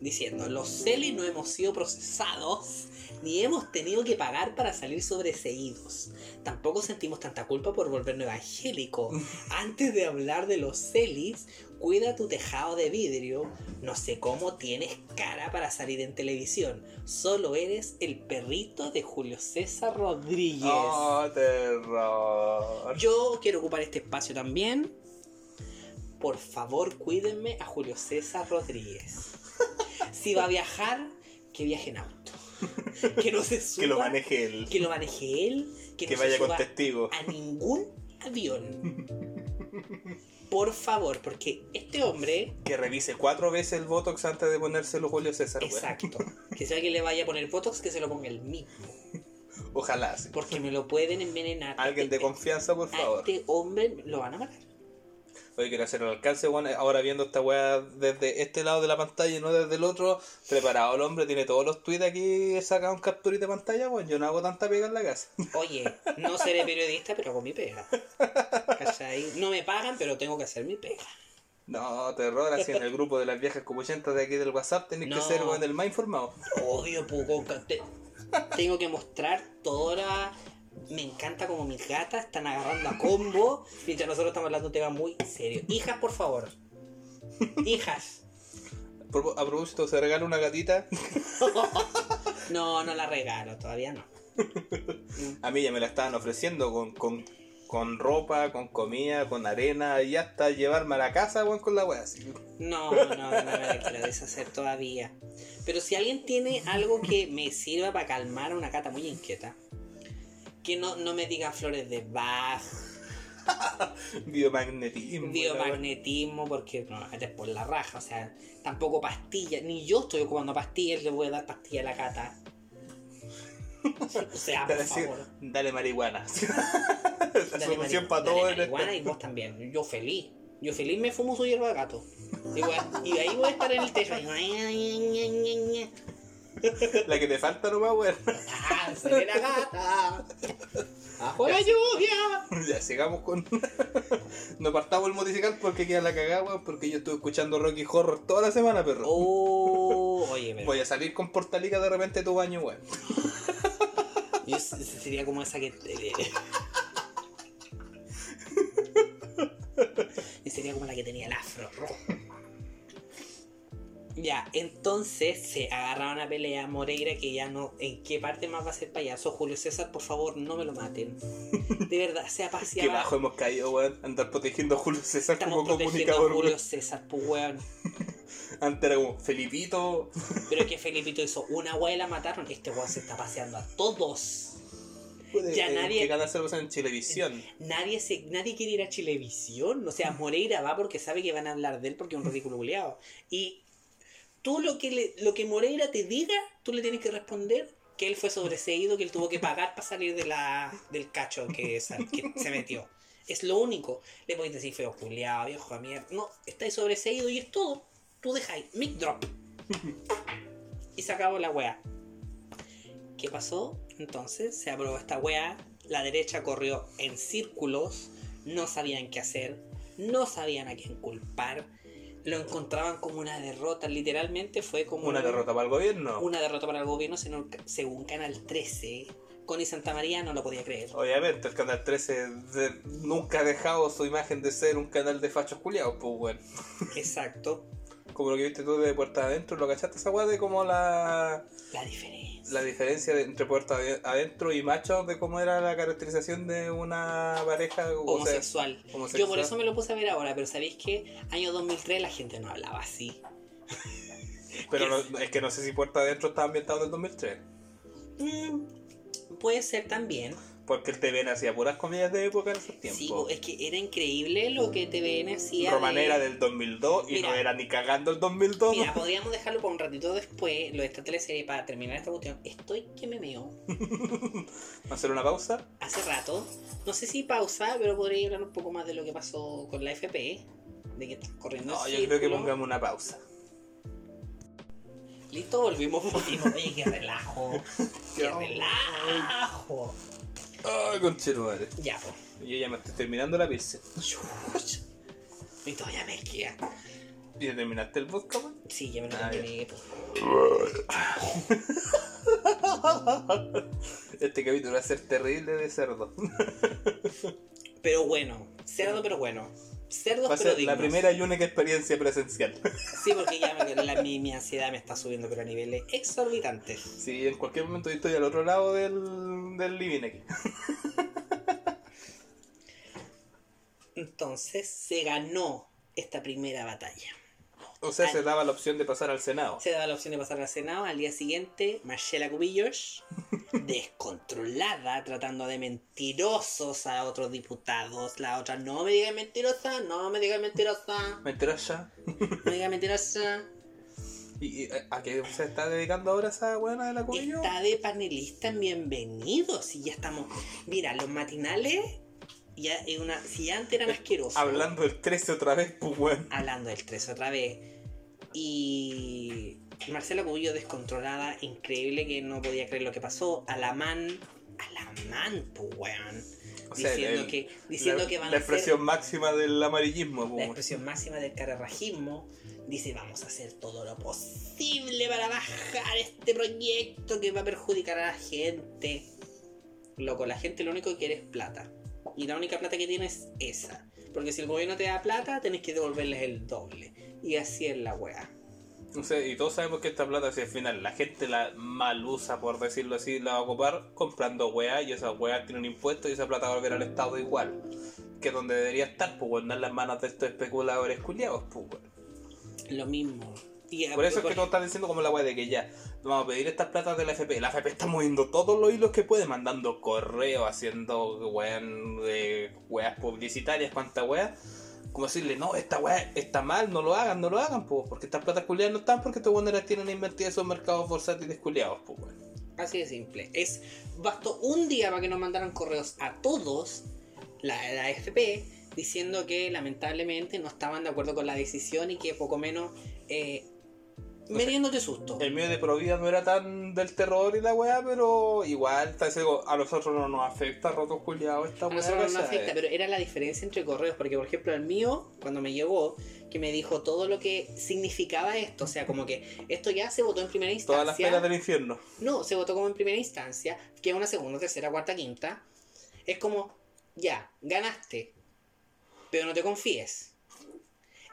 S1: diciendo: Los Celis no hemos sido procesados ni hemos tenido que pagar para salir sobreseídos. Tampoco sentimos tanta culpa por volvernos evangélicos. Antes de hablar de los Celis, cuida tu tejado de vidrio. No sé cómo tienes cara para salir en televisión. Solo eres el perrito de Julio César Rodríguez.
S2: Oh, terror.
S1: Yo quiero ocupar este espacio también. Por favor, cuídenme a Julio César Rodríguez. Si va a viajar, que viaje en auto. Que no se suba.
S2: que lo maneje él.
S1: que lo maneje él. Que,
S2: que
S1: no
S2: vaya
S1: se
S2: con
S1: suba
S2: testigos.
S1: a ningún avión. Por favor, porque este hombre,
S2: Que revise cuatro veces el Botox antes de ponérselo Julio César, weón.
S1: exacto, que si alguien le vaya a poner Botox, que se lo ponga el mismo.
S2: Ojalá, sí.
S1: Porque me lo pueden envenenar.
S2: Alguien de confianza, por
S1: A
S2: favor.
S1: este hombre lo van a matar.
S2: Oye, quiero hacer el alcance, weón. eh, Ahora viendo esta weá desde este lado de la pantalla y no desde el otro. Preparado el hombre, tiene todos los tweets aquí sacado un capturita de pantalla, weón. Yo no hago tanta pega en la casa.
S1: Oye, no seré periodista, pero hago mi pega. ¿Cachai? No me pagan, pero tengo que hacer mi pega.
S2: No, terror, así en el grupo de las viejas como 80 de aquí del WhatsApp tenés
S1: No.
S2: que ser, weón, el más informado.
S1: Obvio, puco. te- tengo que mostrar toda la... Me encanta como mis gatas están agarrando a combo mientras nosotros estamos hablando de un tema muy serio. Hijas, por favor. Hijas.
S2: Pro- A propósito, se regala una gatita.
S1: No, no la regalo, todavía no.
S2: A mí ya me la estaban ofreciendo con, con, con ropa, con comida, con arena y hasta llevarme a la casa, weón, con la weá. así.
S1: No, no, no me la quiero deshacer todavía. Pero si alguien tiene algo que me sirva para calmar a una cata muy inquieta, que no, no me diga flores de Bach,
S2: Biomagnetismo.
S1: biomagnetismo, porque no, es por la raja, o sea, tampoco pastillas, ni yo estoy ocupando pastillas, le voy a dar pastillas a la cata. O sea,
S2: Dale,
S1: Ah, por
S2: así,
S1: favor.
S2: dale marihuana. la
S1: Dale
S2: solución
S1: marihu-
S2: para
S1: dale
S2: todo en este-
S1: marihuana y vos también. Yo feliz. Yo feliz me fumo su hierba de gato. Y, voy a- y ahí voy a estar en el techo.
S2: este- la que te falta nomás, weón.
S1: ¡Ah, se ve la gata! ¡Bajo la lluvia!
S2: ya, sigamos con. no partamos el musical porque queda la cagada, weón, porque yo estuve escuchando Rocky Horror toda la semana, perro.
S1: Oh, oye, pero
S2: Voy a salir con Portalica de repente a tu baño, weón.
S1: yo se- se- sería como esa que. Yo sería como la que tenía el afro rojo. Ya, entonces se agarraron a pelea Moreira que ya no. ¿En qué parte más va a ser payaso? Julio César, por favor, no me lo maten. De verdad, sea
S2: Qué
S1: paseaba.
S2: bajo hemos caído, weón. Andar protegiendo a Julio César
S1: Estamos
S2: como
S1: protegiendo a
S2: comunicador,
S1: Julio
S2: weón.
S1: César, pues weón.
S2: Antes era como Felipito,
S1: Pero es que Felipito hizo una weá y la mataron. Este weón se está paseando a todos. Ya
S2: Eh,
S1: nadie-
S2: Que gana cerveza en televisión.
S1: Nadie se, nadie quiere ir a Chilevisión. O sea, Moreira va porque sabe que van a hablar de él porque es un ridículo buleado. Y tú lo que, le- lo que Moreira te diga, tú le tienes que responder que él fue sobreseído, que él tuvo que pagar para salir de la, del cacho que, sa- que se metió. Es lo único. Le podéis decir feo culiado, viejo de mierda. No, estáis sobreseído y es todo. Tú dejáis. Mic drop. y se acabó la wea. ¿Qué pasó? Entonces se aprobó esta wea. La derecha corrió en círculos. No sabían qué hacer. No sabían a quién culpar. Lo encontraban como una derrota. Literalmente fue como
S2: Una
S1: un-
S2: derrota para el gobierno.
S1: Una derrota para el gobierno sino- según Canal 13. Connie Santamaría no lo podía creer.
S2: Obviamente, el canal 13 de- nunca ha dejado su imagen de ser un canal de fachos culiados, pues, weón.
S1: Exacto.
S2: Como lo que viste tú de puerta adentro, ¿lo cachaste esa weá de como la,
S1: La diferencia.
S2: la diferencia de- entre puerta ade- adentro y macho de cómo era la caracterización de una pareja
S1: Oh,
S2: o sea,
S1: Homosexual.
S2: homosexual?
S1: Yo por eso me lo puse a ver ahora, pero sabéis que año 2003 la gente no hablaba así.
S2: Pero no- es que no sé si puerta adentro está ambientado en el 2003.
S1: Mm, puede ser también.
S2: Porque el TVN hacía puras comedias de época en esos
S1: Sí, bo,
S2: tiempos.
S1: es que era increíble lo que TVN hacía. de-
S2: Romanera del 2002 y
S1: Mira.
S2: no era ni cagando el 2002.
S1: Mira, podríamos dejarlo por un ratito después, lo de esta teleserie, para terminar esta cuestión. Estoy que me meo.
S2: Hacer una pausa.
S1: Hace rato, no sé si pausa, pero podría hablar un poco más de lo que pasó con la FP, de que están corriendo.
S2: No,
S1: en
S2: yo creo que
S1: círculo.
S2: pongamos una pausa.
S1: Listo, volvimos motivo. Oye, qué relajo. qué
S2: Ay.
S1: relajo.
S2: Ay, conchetumare.
S1: Ya, pues.
S2: Yo ya me estoy terminando la piercing.
S1: Chuch. Y todavía me queda.
S2: ¿Y ya terminaste el podcast? man?
S1: Sí, ya me lo
S2: Ah,
S1: terminé. pues. po.
S2: Este capítulo va a ser terrible de cerdo.
S1: Pero bueno, cerdo, pero bueno. Cerdos,
S2: Va a
S1: pero
S2: ser
S1: dignos.
S2: la primera y única experiencia presencial.
S1: Sí, porque ya me- la- mi, mi ansiedad me está subiendo, pero a niveles exorbitantes.
S2: Sí, en cualquier momento yo estoy al otro lado del, del living aquí.
S1: Entonces se ganó esta primera batalla.
S2: O sea,
S1: Ay.
S2: se daba la opción de pasar al Senado.
S1: Se daba la opción de pasar al Senado. Al día siguiente, Marcela Cubillos, descontrolada, tratando de mentirosos a otros diputados. La otra, no me digan mentirosa, no me digan mentirosa,
S2: Mentirosa.
S1: no me digan mentirosa.
S2: ¿Y y, a qué se está dedicando ahora esa buena de la cuello?
S1: Está de panelista en bienvenidos y ya estamos. Mira, los matinales, ya es una, si antes eran asquerosos.
S2: Hablando del 13 otra vez, pues bueno.
S1: hablando del 3 otra vez. Y Marcela Cubillo descontrolada, increíble que no podía creer lo que pasó. Alamán, Alamán, pues weón.
S2: O sea,
S1: diciendo
S2: el-
S1: que, diciendo
S2: la,
S1: que van
S2: la
S1: a hacer
S2: expresión máxima del amarillismo,
S1: la
S2: pues. bueno.
S1: expresión máxima del carerrajismo. Dice, vamos a hacer todo lo posible para bajar este proyecto que va a perjudicar a la gente. Loco, la gente lo único que quiere es plata. Y la única plata que tiene es esa. Porque si el gobierno te da plata, tenés que devolverles el doble. Y así es la weá.
S2: No sé, y todos sabemos que esta plata, si al final la gente la mal usa, por decirlo así, la va a ocupar comprando weas y esas weas tienen impuestos y esa plata va a volver al Estado igual. Que es donde debería estar, pues bueno, en las manos de estos especuladores culiados, pues bueno.
S1: Lo mismo. Y
S2: Por eso es que todos están diciendo como la wea de que ya, vamos a pedir estas platas de la FP. La FP está moviendo todos los hilos que puede, mandando correos, haciendo wean, eh, weas publicitarias, cuantas weas. Como decirle, no, esta wea está mal, no lo hagan, no lo hagan, po, porque estas platas culiadas no están porque estos weones las tienen invertidas en esos mercados forzátiles culiados, pues
S1: Así de simple. Es bastó un día para que nos mandaran correos a todos, la, la FP, diciendo que lamentablemente no estaban de acuerdo con la decisión y que poco menos eh,
S2: sea,
S1: metiéndote susto.
S2: El mío de Provida no era tan del terror y la wea, pero igual, está ciego, a nosotros no nos afecta, rotos culiados, esta
S1: A
S2: wea. eh,
S1: nosotros no nos
S2: ¿cachai?
S1: afecta, pero era la diferencia entre correos, porque por ejemplo el mío, cuando me llegó, que me dijo todo lo que significaba esto, o sea, como que esto ya se votó en primera instancia.
S2: Todas las penas del infierno.
S1: No, se votó como en primera instancia, que es una segunda, tercera, cuarta, quinta. Es como, ya, ganaste, pero no te confíes.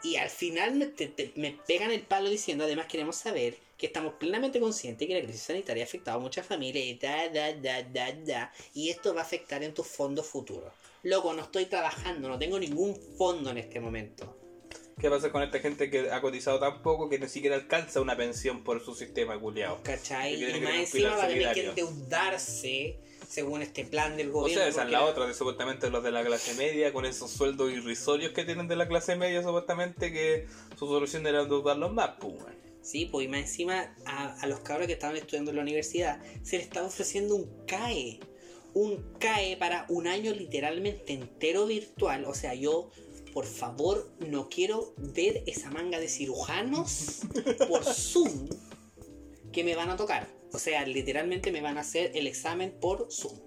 S1: Y al final me, te- te- me pegan el palo diciendo, además queremos saber que estamos plenamente conscientes que la crisis sanitaria ha afectado a muchas familias y da, da, da, da, da. Y esto va a afectar en tus fondos futuros. Loco, no estoy trabajando, no tengo ningún fondo en este momento.
S2: ¿Qué pasa con esta gente que ha cotizado tan poco que ni siquiera alcanza una pensión por su sistema culiado?
S1: ¿Cachai?
S2: Que tiene
S1: Y
S2: que
S1: más
S2: tener un
S1: encima
S2: pilar
S1: va a tener que
S2: solidario.
S1: endeudarse según este plan del
S2: O
S1: gobierno.
S2: sea, esa es
S1: porque
S2: la otra de supuestamente los de la clase media, con esos sueldos irrisorios que tienen de la clase media, supuestamente que su solución era endeudarlos más, pues. weón.
S1: Sí, pues y más encima a, a los cabros que estaban estudiando en la universidad se les estaba ofreciendo un CAE. Un CAE para un año literalmente entero virtual. O sea, yo, por favor, no quiero ver esa manga de cirujanos por Zoom que me van a tocar. O sea, literalmente me van a hacer el examen por Zoom.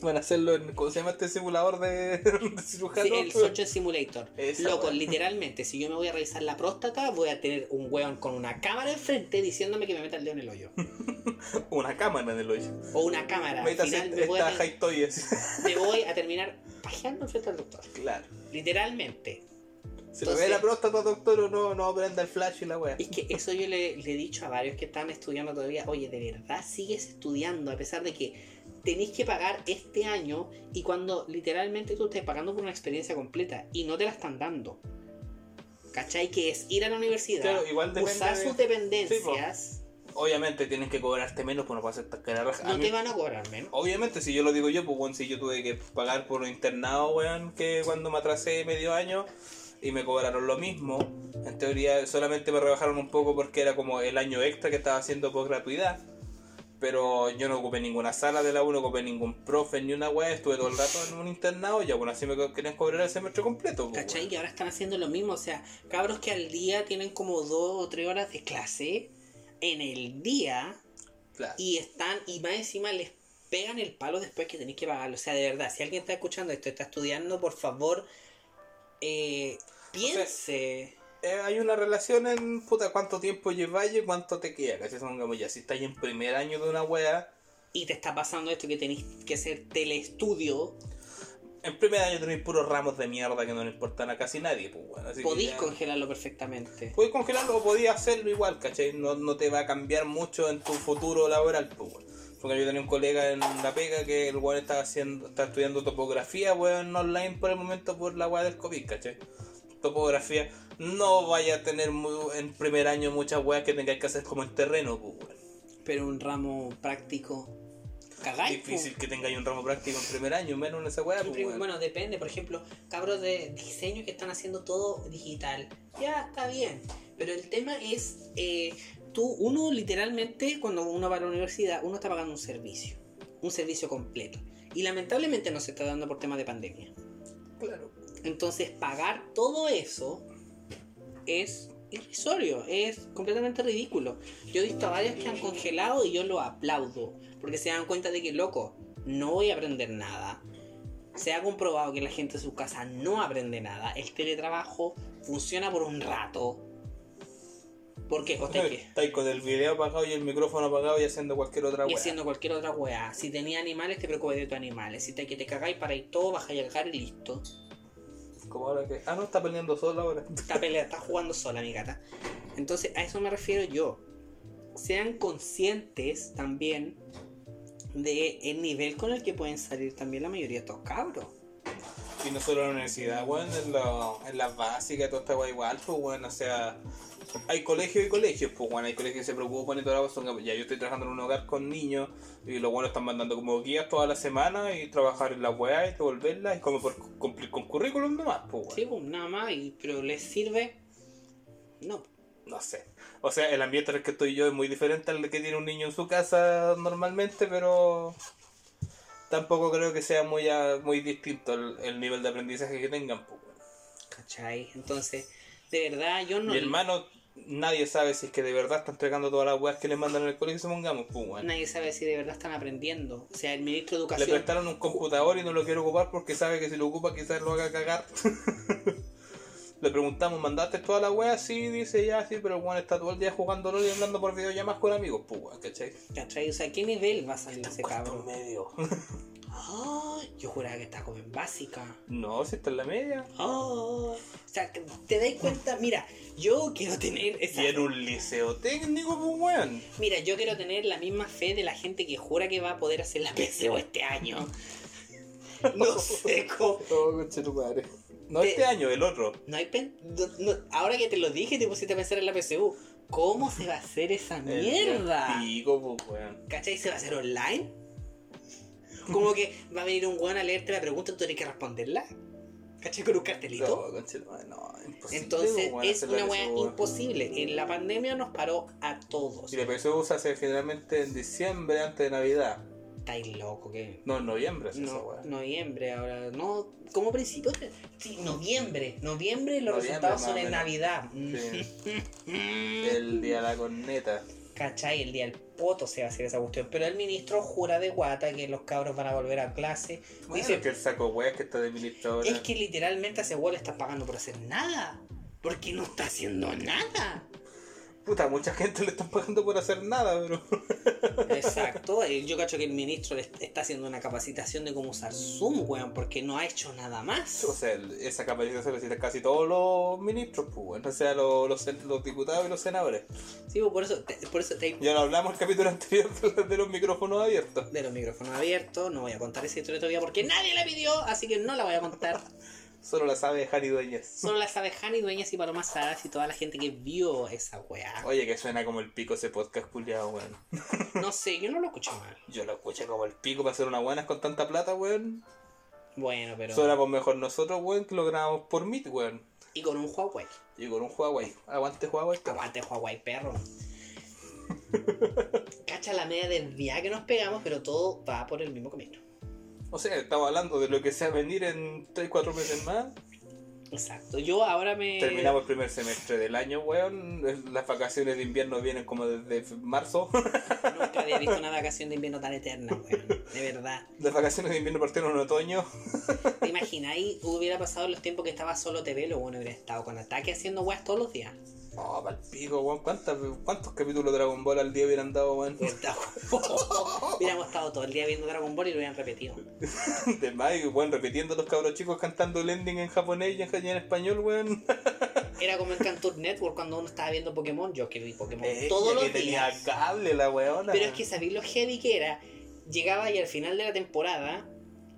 S2: Van a hacerlo en, ¿cómo se llama este simulador de, de
S1: Sí,
S2: cirujano?
S1: el Surgeon Simulator.
S2: pues. Esa
S1: Loco,
S2: weá.
S1: literalmente, si yo me voy a revisar la próstata, voy a tener un weón con una cámara enfrente diciéndome que me meta el dedo en el hoyo.
S2: Una cámara en el hoyo.
S1: o una cámara. Al
S2: Métase
S1: final me voy,
S2: esta
S1: a,
S2: high toy así.
S1: me voy a terminar pajeando frente al doctor.
S2: Claro.
S1: Literalmente.
S2: Se le ve la próstata, doctor, o no, no prenda el flash y la wea.
S1: Es que eso yo le, le he dicho a varios que están estudiando todavía, oye, de verdad sigues estudiando a pesar de que tenéis que pagar este año y cuando literalmente tú estás pagando por una experiencia completa y no te la están dando. ¿Cachai? Que es ir a la universidad,
S2: Claro, igual depende
S1: usar
S2: de-
S1: sus
S2: Sí, po.
S1: dependencias,
S2: Obviamente tienes que cobrarte menos, pues no pasa esta cara raja. A
S1: no
S2: mí-
S1: te van a cobrar menos.
S2: Obviamente, si yo lo digo yo, pues bueno, si yo tuve que pagar por un internado, weón, que cuando me atrasé medio año y me cobraron lo mismo. En teoría, solamente me rebajaron un poco porque era como el año extra que estaba haciendo por gratuidad. Pero yo no ocupé ninguna sala de la U, no ocupé ningún profe ni una weá, estuve todo el rato en un internado y aún así me co- querían cobrar el semestre completo. pues,
S1: ¿Cachai?
S2: weón.
S1: Que ahora están haciendo lo mismo. O sea, cabros que al día tienen como dos o tres horas de clase en el día
S2: Claro.
S1: y están, y más encima les pegan el palo después que tenéis que pagarlo. O sea, de verdad, si alguien está escuchando esto, está estudiando, por favor, eh, piense.
S2: Eh, hay una relación en puta cuánto tiempo lleváis y cuánto te queda, ¿cachai? Son como ya, si estáis en primer año de una weá,
S1: y te está pasando esto que tenéis que hacer teleestudio,
S2: En primer año tenéis puros ramos de mierda que no le importan a casi nadie, pues bueno. Así que
S1: podéis
S2: ya-
S1: congelarlo perfectamente.
S2: Podéis congelarlo o podéis hacerlo igual, ¿cachai? No, no te va a cambiar mucho en tu futuro laboral, pues bueno. Porque yo tenía un colega en la pega que el weón está haciendo, está estudiando topografía, weón, online por el momento por la weá del COVID, ¿cachai? Topografía, no vaya a tener mu- en primer año muchas weas que tengáis que hacer como en terreno, pues weón.
S1: Pero un ramo práctico, cagáis. po.
S2: Difícil que tengáis un ramo práctico en primer año, menos en esa wea,
S1: En
S2: pues
S1: prim-
S2: weón.
S1: Bueno, depende, por ejemplo, cabros de diseño que están haciendo todo digital. Ya está bien. Pero el tema es, eh, tú, uno literalmente, cuando uno va a la universidad, uno está pagando un servicio, un servicio completo. Y lamentablemente no se está dando por tema de pandemia.
S2: claro.
S1: Entonces, pagar todo eso es irrisorio, es completamente ridículo. Yo he visto a varios que han congelado y yo lo aplaudo, porque se dan cuenta de que, loco, no voy a aprender nada. Se ha comprobado que la gente de su casa no aprende nada. El teletrabajo funciona por un rato. ¿Por qué? ¿O te qué?
S2: Estáis con el video apagado y el micrófono apagado y haciendo cualquier otra
S1: Y
S2: weá.
S1: haciendo cualquier otra weá. Si tenía animales, te preocupes de tus animales. Si te, que te cagáis para ir todo, bajáis al car y listo.
S2: Como ahora que. Ah, no, está peleando solo ahora.
S1: está pelea, está jugando sola mi gata. Entonces, a eso me refiero yo. Sean conscientes también de el nivel con el que pueden salir también la mayoría de estos cabros.
S2: Y no solo en la universidad, weón, en, lo- en las básicas, todo esta weá igual, pues weón, o sea. Hay colegios y colegios, pues weón, hay colegios que se preocupan y toda la cosa. Ya yo estoy trabajando en un hogar con niños y los buenos están mandando como guías toda la semana y trabajar en las weá y devolverlas y como por cumplir con currículum nomás, pues weón.
S1: Sí, pues nada más, y- pero les sirve. No,
S2: No sé. O sea, el ambiente en el que estoy yo es muy diferente al que tiene un niño en su casa normalmente, pero tampoco creo que sea muy, a- muy distinto el, el nivel de aprendizaje que tengan. po, weón.
S1: ¿cachai? Entonces, de verdad, yo no.
S2: Mi hermano, nadie sabe si es que de verdad están entregando todas las weas que les mandan en el colegio, supongamos. po, weón.
S1: Nadie sabe si de verdad están aprendiendo. O sea, el ministro de
S2: Le
S1: Educación.
S2: prestaron un computador y no lo quiere ocupar porque sabe que si lo ocupa quizás lo haga cagar. Le preguntamos, ¿mandaste toda la wea? Sí, dice ya, sí, pero Juan está todo el día jugando LOL y hablando por videollamadas con amigos, pues, weón, ¿cachai?
S1: ¿Cachai? O sea, ¿qué nivel va a salir ese
S2: Cuarto
S1: cabrón?
S2: medio.
S1: Ah, yo juraba que está como en básica.
S2: No, si está en la media.
S1: Oh, o sea, que te dais cuenta, mira, yo quiero tener esa,
S2: Y en un liceo técnico, pues weón.
S1: mira, yo quiero tener la misma fe de la gente que jura que va a poder hacer la PCO este año. No sé cómo.
S2: Oh, coche tu madre. No
S1: Te-
S2: este año, el otro.
S1: No hay pen- no- no- ahora que te lo dije, te pusiste a pensar en la PCU. ¿Cómo se va a hacer esa
S2: El
S1: mierda?
S2: Pico, pues weón.
S1: ¿Cachai? ¿Se va a hacer online? Como que va a venir un weón a leerte la pregunta y tú tienes que responderla. ¿Cachai? Con un cartelito.
S2: No, coche tu madre, no, imposible.
S1: Entonces
S2: pues, weón,
S1: es
S2: hacerlo
S1: una
S2: en
S1: weá
S2: ese, weón.
S1: imposible. En la pandemia nos paró a todos.
S2: Y la PSU se hace generalmente en diciembre, antes de Navidad.
S1: Estáis loco que.
S2: No, en noviembre es esa
S1: No,
S2: weá.
S1: noviembre ahora. No, como principio. Sí, noviembre. Noviembre los
S2: Noviembre,
S1: resultados
S2: más
S1: son
S2: o
S1: en
S2: menos.
S1: Navidad.
S2: Sí. Eh.
S1: Mm.
S2: El día de la corneta.
S1: ¿Cachai? El día del poto se va a hacer esa cuestión. Pero el ministro jura de guata que los cabros van a volver a clase.
S2: Bueno,
S1: Dice,
S2: que el saco weá que está de ministro ahora.
S1: es que literalmente a ese weón le está pagando por hacer nada. Porque no está haciendo nada.
S2: Puta, mucha gente le están pagando por hacer nada, bro.
S1: Exacto, eh, yo cacho que el ministro le est- está haciendo una capacitación de cómo usar Zoom, weón, porque no ha hecho nada más.
S2: O sea, el- esa capacitación la necesitan casi todos los ministros, pues, bueno, o sea, los, los, sen- los diputados y los senadores.
S1: Sí, pues, por eso, te- por eso te
S2: Ya lo hablamos en el capítulo anterior de los- de los micrófonos abiertos.
S1: de los micrófonos abiertos, no voy a contar esa historia todavía porque nadie la pidió, así que no la voy a contar.
S2: Solo la sabe Harry Dueñas.
S1: Solo la sabe Hany Dueñas y Paloma Salas y toda la gente que vio esa weá.
S2: Oye, que suena como el pico ese podcast culiado, weón.
S1: No sé, yo no lo escuché mal.
S2: Yo lo escuché como el pico para hacer una buena con tanta plata, weón.
S1: Bueno, pero.
S2: Sonamos mejor nosotros, weón, que lo grabamos por Meet, weón.
S1: Y con un Huawei.
S2: Y con un Huawei. Aguante Huawei. cabrón.
S1: Aguante Huawei, perro. Cacha la media desviada que nos pegamos, pero todo va por el mismo camino.
S2: O sea, estamos hablando de lo que sea venir en 3-4 meses más.
S1: Exacto. Yo ahora me.
S2: Terminamos el primer semestre del año, weón. Las vacaciones de invierno vienen como desde f- marzo.
S1: Nunca había visto una vacación de invierno tan eterna, weón. De verdad.
S2: Las vacaciones de invierno partieron en otoño.
S1: ¿Te imagináis? Hubiera pasado los tiempos que estaba solo TV, lo bueno hubiera estado con ataque haciendo weas todos los días.
S2: Oh, pal pico, weón. ¿Cuántas- ¿Cuántos capítulos de Dragon Ball al día hubieran dado, weón?
S1: Hubiera- Hubiéramos estado todo el día viendo Dragon Ball y lo hubieran repetido.
S2: De más, y, weón, repitiendo los cabros chicos cantando el ending en japonés y en, y en español, weón.
S1: Era como en Cartoon Network cuando uno estaba viendo Pokémon. Yo que vi Pokémon
S2: Eh,
S1: todos
S2: ya
S1: los
S2: que tenía
S1: días.
S2: cable la weona.
S1: Pero es que sabéis lo heavy que era. Llegaba y al final de la temporada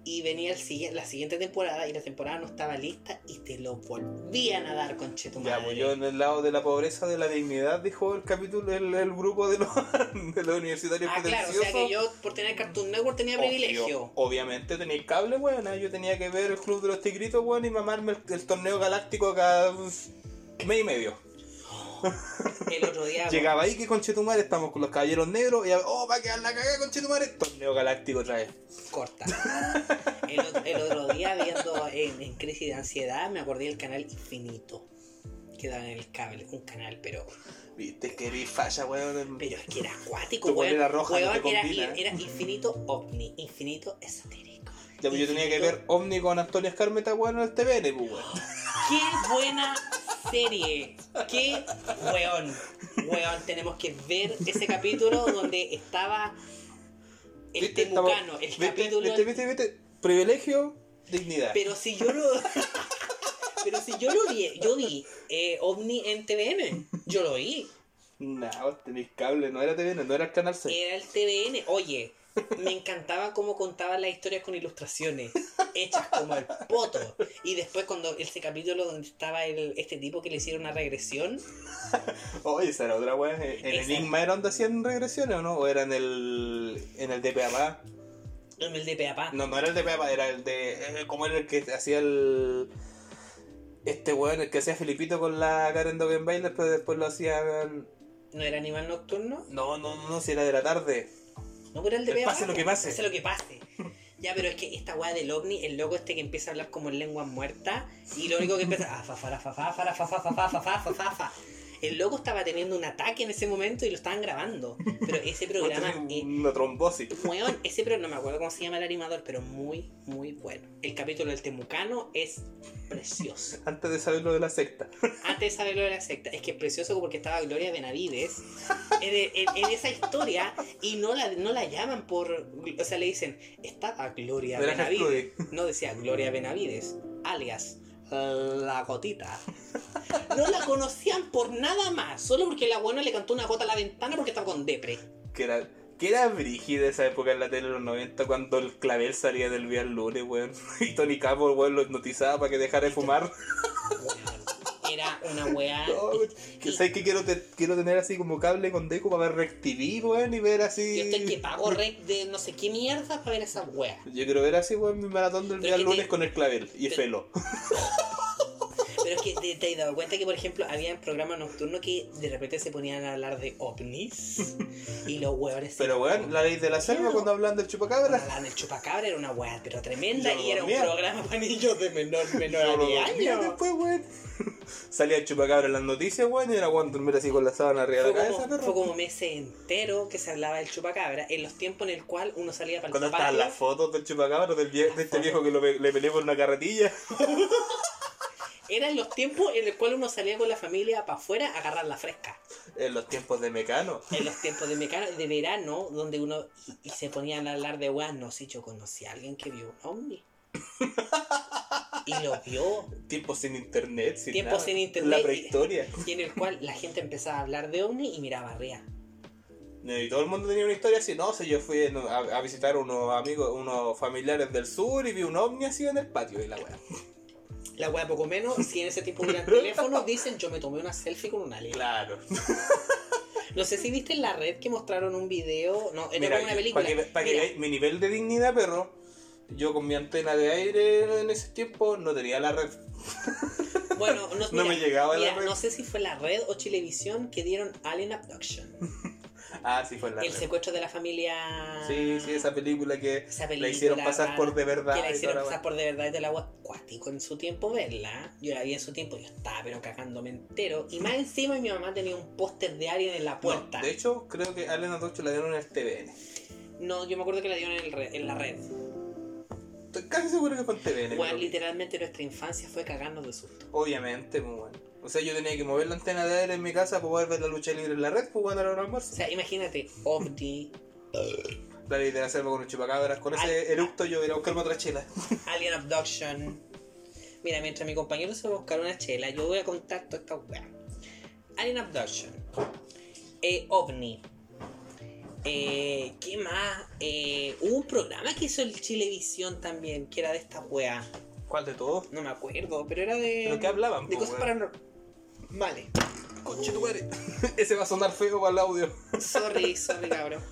S1: y venía el sigui- la siguiente temporada y la temporada no estaba lista y te lo volvían a dar con
S2: Ya, pues yo en el lado de la pobreza, de la dignidad, dijo el capítulo, el, el grupo de los, de los universitarios
S1: Ah, claro, o sea que yo por tener Cartoon Network tenía
S2: Obvio,
S1: privilegio.
S2: obviamente tenía cable, weón. ah, Yo tenía que ver el Club de los Tigritos, weón, y mamarme el, el torneo galáctico cada pues, mes y medio.
S1: El otro día.
S2: Llegaba ahí que con Chetumar estamos con los caballeros negros y oh, va a quedar la cagada con Chetumar, torneo galáctico otra vez.
S1: corta. El, ot- el otro día, viendo en, en crisis de ansiedad, me acordé del canal Infinito. Que daba en el cable, un canal, pero.
S2: Viste que eres falla, weón.
S1: Pero es que era acuático,
S2: Tu
S1: weón.
S2: polera roja no
S1: Weón,
S2: te
S1: era,
S2: combina, ¿eh?
S1: era infinito ovni, infinito esotérico.
S2: Ya, pues yo tenía que ver Omni con Antonio Escarmeta, weón, en el TVN, pues, weón.
S1: ¡Qué buena serie! ¡Qué weón! Weón, tenemos que ver ese capítulo donde estaba el
S2: Viste, estamos-
S1: temucano, el
S2: viste,
S1: capítulo.
S2: Viste, viste, viste. Privilegio, dignidad.
S1: Pero si yo lo. Pero si yo lo vi, yo vi eh, OVNI en TVN, yo lo vi,
S2: Nah, vos tenés cable, no era TVN, no era el canal 6.
S1: era el TVN, oye, me encantaba cómo contaban las historias con ilustraciones, hechas como el poto, y después cuando ese capítulo donde estaba el, este tipo que le hicieron una regresión,
S2: Oye, esa era otra weón. ¿En
S1: Esa.
S2: Enigma era donde hacían regresiones o no? ¿O era en el. en el de Peapá?
S1: en el de Peapá,
S2: No, no era el de Peapá, era el de. eh, ¿Cómo era el que hacía el. Este weón, el que hacía Filipito con la Karen Dogenbailer, pero después lo hacían.
S1: ¿no era Animal Nocturno?
S2: No, no, no, no, si era de la tarde.
S1: No era el de
S2: El
S1: Peapá.
S2: pase lo
S1: po,
S2: que pase.
S1: Pase lo que pase. Ya, pero es que esta weá del ovni, el loco este que empieza a hablar como en lengua muerta, y lo único que empieza. Ah, fa, fa, la, fa, fa, fa, la, fa, fa, fa, fa, fa, fa, fa, fa, fa. El loco estaba teniendo un ataque en ese momento y lo estaban grabando. Pero ese programa.
S2: Tenía
S1: eh,
S2: Una trombosis.
S1: weón, ese programa, no me acuerdo cómo se llama el animador, pero muy, muy bueno. El capítulo del Temucano es precioso.
S2: Antes de saber lo de la secta.
S1: Antes de saberlo de la secta, es que es precioso porque estaba Gloria Benavides en, en- en esa historia y no la, no la llaman por. O sea, le dicen, estaba Gloria
S2: Era
S1: Benavides.
S2: Gertrude.
S1: No decía Gloria Benavides, alias la gotita. No la conocían por nada más, solo porque la buena le cantó una gota a la ventana porque estaba con depre.
S2: Que era, que era brígida esa época en la tele de los 90 cuando el clavel salía del viernes lunes, weón. Y Tony Campbell, weón, lo hipnotizaba para que dejara de fumar.
S1: Weón, Era una weá.
S2: No, weón. que
S1: Y-
S2: sabes que quiero, te- quiero tener así como cable con deco para ver Rec TV, weón, y ver así.
S1: Yo estoy que pago red de no sé qué mierda para ver esa weá.
S2: Yo quiero ver así, weón, mi maratón del
S1: Pero es
S2: viernes
S1: que te-
S2: lunes con el clavel y
S1: Pero-
S2: Felo.
S1: Pero es que te, te has dado cuenta que, por ejemplo, había en programas nocturnos que de repente se ponían a hablar de ovnis y los huevones se-
S2: Pero weón, la ley de la selva
S1: Claro.
S2: cuando hablan del
S1: cuando
S2: chupacabra.
S1: hablaban del chupacabra era una hueá, pero tremenda
S2: Yo
S1: y era un
S2: dormía.
S1: programa para niños de menor,
S2: Yo
S1: menor
S2: lo
S1: de
S2: dormía
S1: años.
S2: después, weón. Salía el chupacabra en las noticias, weón, y era weón dormir así con la sábana arriba de
S1: Fue
S2: la cabeza,
S1: como,
S2: perro.
S1: fue como meses entero que se hablaba del chupacabra en los tiempos en el cual uno salía para
S2: Cuando
S1: el
S2: estaban las
S1: patio
S2: fotos del chupacabra del vie- de este
S1: fotos.
S2: viejo que lo pe- le peleé por una carretilla.
S1: Eran los tiempos en los cuales uno salía con la familia para afuera a agarrar la fresca.
S2: En los tiempos de Mecano.
S1: En los tiempos de, mecano- de verano, donde uno y, y se ponían a hablar de weas, no sé, yo conocí a alguien que vio un ovni. Y lo vio,
S2: Tiempos sin internet, sin
S1: Tiempos
S2: nada.
S1: sin internet.
S2: La prehistoria.
S1: y en el cual la gente empezaba a hablar de ovni y miraba arriba.
S2: Y todo el mundo tenía una historia así, no sé, yo fui en- a, a visitar unos amigos, unos familiares del sur y vi un ovni así en el patio y la weá.
S1: La wea poco menos, si en ese tiempo hubieran teléfonos, dicen yo me tomé una selfie con un alien.
S2: Claro.
S1: No sé si viste en la red que mostraron un video, no, era como una película.
S2: Para que, pa' que
S1: Mira,
S2: veáis mi nivel de dignidad, perro, yo con mi antena de aire en ese tiempo no tenía la red.
S1: Bueno, no,
S2: No
S1: mira,
S2: me llegaba la
S1: mira,
S2: red.
S1: No sé si fue la red o Chilevisión que dieron Alien Abduction.
S2: Ah, sí, fue en la
S1: el
S2: red.
S1: secuestro de la familia.
S2: Sí, sí, esa película que
S1: Esa
S2: la hicieron
S1: película
S2: pasar
S1: rara,
S2: por de verdad.
S1: Que la
S2: y
S1: hicieron
S2: toda la
S1: pasar por de verdad y del agua acuático en su tiempo, verla. Yo la vi en su tiempo, yo estaba pero cagándome entero. Y más encima mi mamá tenía un póster de Alien en la
S2: weá. No,
S1: puerta.
S2: de hecho, creo que Alien Abduction la dieron en el TVN.
S1: No, yo me acuerdo que la dieron en, el re- en la red.
S2: Estoy casi seguro que fue en TVN.
S1: Bueno,
S2: creo.
S1: literalmente nuestra infancia fue cagarnos de susto.
S2: Obviamente, pues bueno. O sea, yo tenía que mover la antena de aire en mi casa para poder ver la lucha libre en la red, pues bueno, era un
S1: O
S2: almuerzo.
S1: sea, imagínate, OVNI,
S2: La ley de la selva con los chupacabras, con ese eructo yo iba a buscarme otra chela.
S1: Alien Abduction. Mira, mientras mi compañero se va a buscar una chela, yo voy a contar toda esta weá. Alien Abduction. Eh, OVNI. Eh, ¿Qué más? Eh, hubo un programa que hizo el Chilevisión también, que era de esta weá.
S2: ¿Cuál de todos?
S1: No me acuerdo, pero era de.
S2: ¿Pero qué hablaban,
S1: Eh, De
S2: po,
S1: cosas
S2: weón?
S1: paranormales.
S2: Conche tu madre. Ese va a sonar feo para el audio.
S1: Sorry, sorry, cabrón.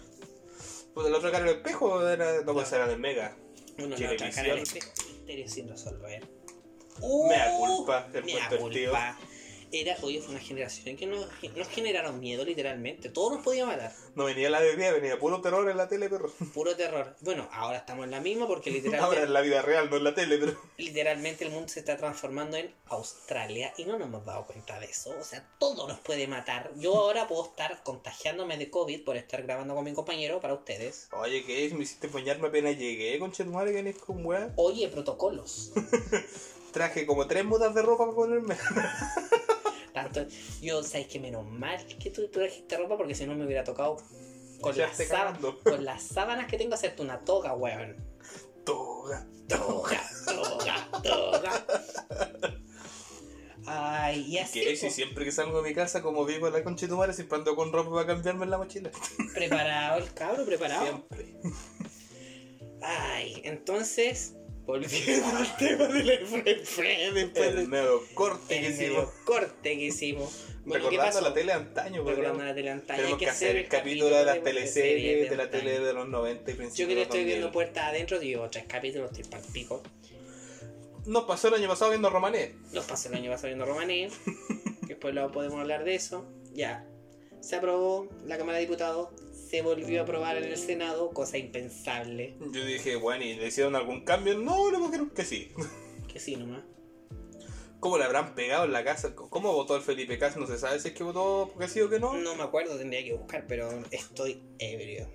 S2: Pues el otro cara era el espejo, era. No, pues era del Mega.
S1: Uno no
S2: Chilevisión.
S1: trabajar en este misterio sin resolver.
S2: Mea
S1: Uh,
S2: culpa, el
S1: mea
S2: puesto del tío.
S1: culpa. Era, oye, fue una generación que nos, nos generaron miedo, literalmente. Todo nos podía matar.
S2: No venía la bebida, venía puro terror en la tele, perro.
S1: Puro terror. Bueno, ahora estamos en la misma porque literalmente,
S2: Ahora en la vida real, no en la tele, pero.
S1: literalmente el mundo se está transformando en Australia y no nos hemos dado cuenta de eso. O sea, todo nos puede matar. Yo ahora puedo estar contagiándome de COVID por estar grabando con mi compañero para ustedes.
S2: Oye, ¿qué es? Me hiciste bañarme apenas llegué, conche tu madre, que venís con weá.
S1: Oye, protocolos.
S2: Traje como tres mudas de ropa para ponerme.
S1: Tanto, yo, sabes que menos mal que tú tú trajiste ropa porque si no me hubiera tocado con,
S2: Ya
S1: las,
S2: te
S1: sáb-
S2: cagando.
S1: con las sábanas que tengo hacerte una toga, weón.
S2: Toga.
S1: Toga, toga, toga. Ay, y así
S2: ¿Qué es?
S1: pues,
S2: Y siempre que salgo de mi casa, como vivo en la concha de tu madre, siempre ando con ropa para cambiarme en la mochila.
S1: preparado el cabro, preparado.
S2: Siempre.
S1: Ay, entonces, volviendo al tema del FFF después
S2: El
S1: del
S2: medio corte que hicimos.
S1: medio corte que hicimos. Bueno, ¿qué
S2: Recordando
S1: pasó?
S2: la tele antaño, porque
S1: Recordando la tele antaña, hay
S2: Tenemos que hacer el capítulo de las teleseries, de la tele de los 90 y
S1: Yo
S2: principios
S1: que
S2: de
S1: le
S2: los
S1: estoy
S2: 2000.
S1: viendo puerta adentro, digo, tres capítulos, estoy pa'l pico.
S2: Nos pasó el año pasado viendo Romané.
S1: Los pasé el año pasado viendo Romané. Después luego podemos hablar de eso. Ya. Se aprobó la Cámara de Diputados. Se volvió a aprobar en el Senado, cosa impensable.
S2: Yo dije, bueno, ¿y le hicieron algún cambio? No, no creo que sí.
S1: Que sí, nomás.
S2: ¿Cómo le habrán pegado en la casa? ¿Cómo votó el Felipe Cas? No se sabe si es que votó porque sí o que no.
S1: No me acuerdo, tendría que buscar, pero estoy ebrio.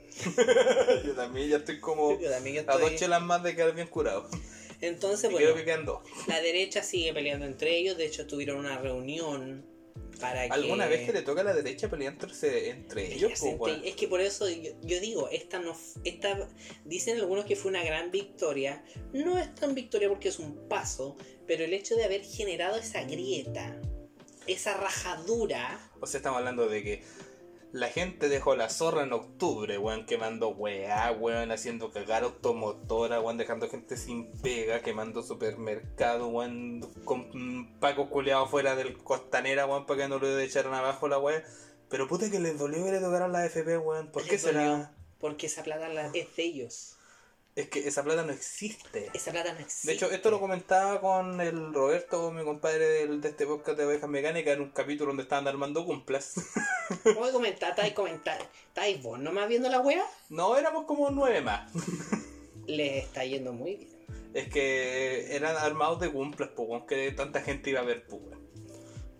S2: Yo también ya estoy como
S1: Yo también
S2: a dos
S1: estoy...
S2: chelas más de quedar bien curado.
S1: Entonces,
S2: Y
S1: bueno,
S2: creo que quedan dos.
S1: la derecha sigue peleando entre ellos. De hecho, tuvieron una reunión para que...
S2: ¿Alguna vez que le toca a la derecha pelear entre, entre ellos?
S1: Ya
S2: Pues,
S1: sentí-
S2: bueno.
S1: Es que por eso yo, yo digo, esta no f- esta dicen algunos que fue una gran victoria. No es tan victoria porque es un paso, pero el hecho de haber generado esa grieta, esa rajadura,
S2: O sea, estamos hablando de que la gente dejó la zorra en octubre, weón, quemando weá, weón, haciendo cagar automotora, weón, dejando gente sin pega, quemando supermercado, weón, con mm, Paco culeado fuera del costanera, weón, para que no lo echaran abajo la weá. Pero puta que les dolió que le tocaron la FP, weón. ¿Por
S1: Les
S2: qué será?
S1: dolió. porque esa plata la- es de ellos.
S2: Es que esa plata no existe.
S1: Esa plata no existe.
S2: De hecho, esto lo comentaba con el Roberto, mi compadre del- de este podcast de ovejas mecánicas, en un capítulo donde estaban armando cumplas.
S1: ¿Cómo comentar? ¿Estáis comentar? ¿Estáis vos nomás viendo la wea?
S2: no, éramos como nueve más.
S1: Les está yendo muy bien.
S2: Es que eran armados de cumplas, pues, weón, que tanta gente iba a ver, pues, weón.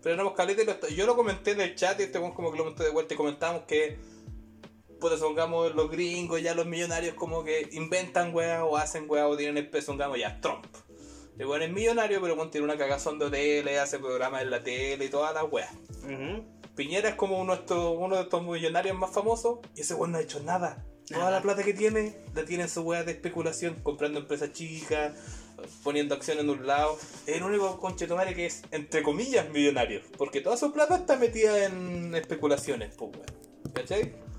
S2: Pero éramos caletes, lo- yo lo comenté en el chat y este weón como que lo comentó de vuelta y comentábamos que, pues, songamos los gringos, ya los millonarios como que inventan weas o hacen weas o tienen el peso, songamos ya Trump. El weón es millonario, pero bueno, tiene una cagazón de tele, hace programas en la tele y todas las weas.
S1: Ujú.
S2: Piñera es como uno de estos, uno de estos millonarios más famosos y ese weón no ha hecho nada. Toda
S1: Nada.
S2: la plata que tiene la tiene en su weá de especulación, comprando empresas chicas, poniendo acción en un lado. Es el único conchetumare que es, entre comillas, millonario. Porque toda su plata está metida en especulaciones, pues weón. ¿Cachai?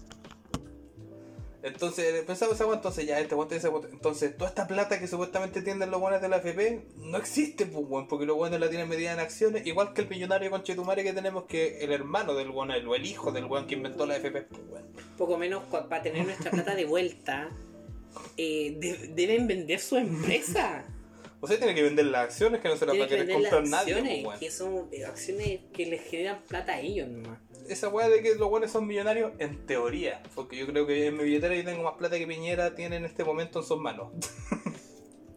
S2: Entonces, pensaba esa weá, entonces ya, este weón tiene esa weá. Entonces, toda esta plata que supuestamente tienen los buenos de la FP no existe, pues weón, porque los buenos la tienen medida en acciones, igual que el millonario conchetumare que tenemos, que el hermano del weón, el, el hijo del weón que inventó la FP, pues weón.
S1: Poco menos para tener nuestra plata de vuelta. eh, de- deben vender su empresa.
S2: O sea, tiene que vender las acciones que no se las
S1: Tienen
S2: va a
S1: que
S2: querer
S1: vender las
S2: comprar nadie.
S1: acciones,
S2: pues, weón.
S1: que son eh, acciones que les generan plata a ellos nomás.
S2: Esa weá de que los buenos son millonarios, en teoría. Porque yo creo que en mi billetera yo tengo más plata que Piñera tiene en este momento en sus manos.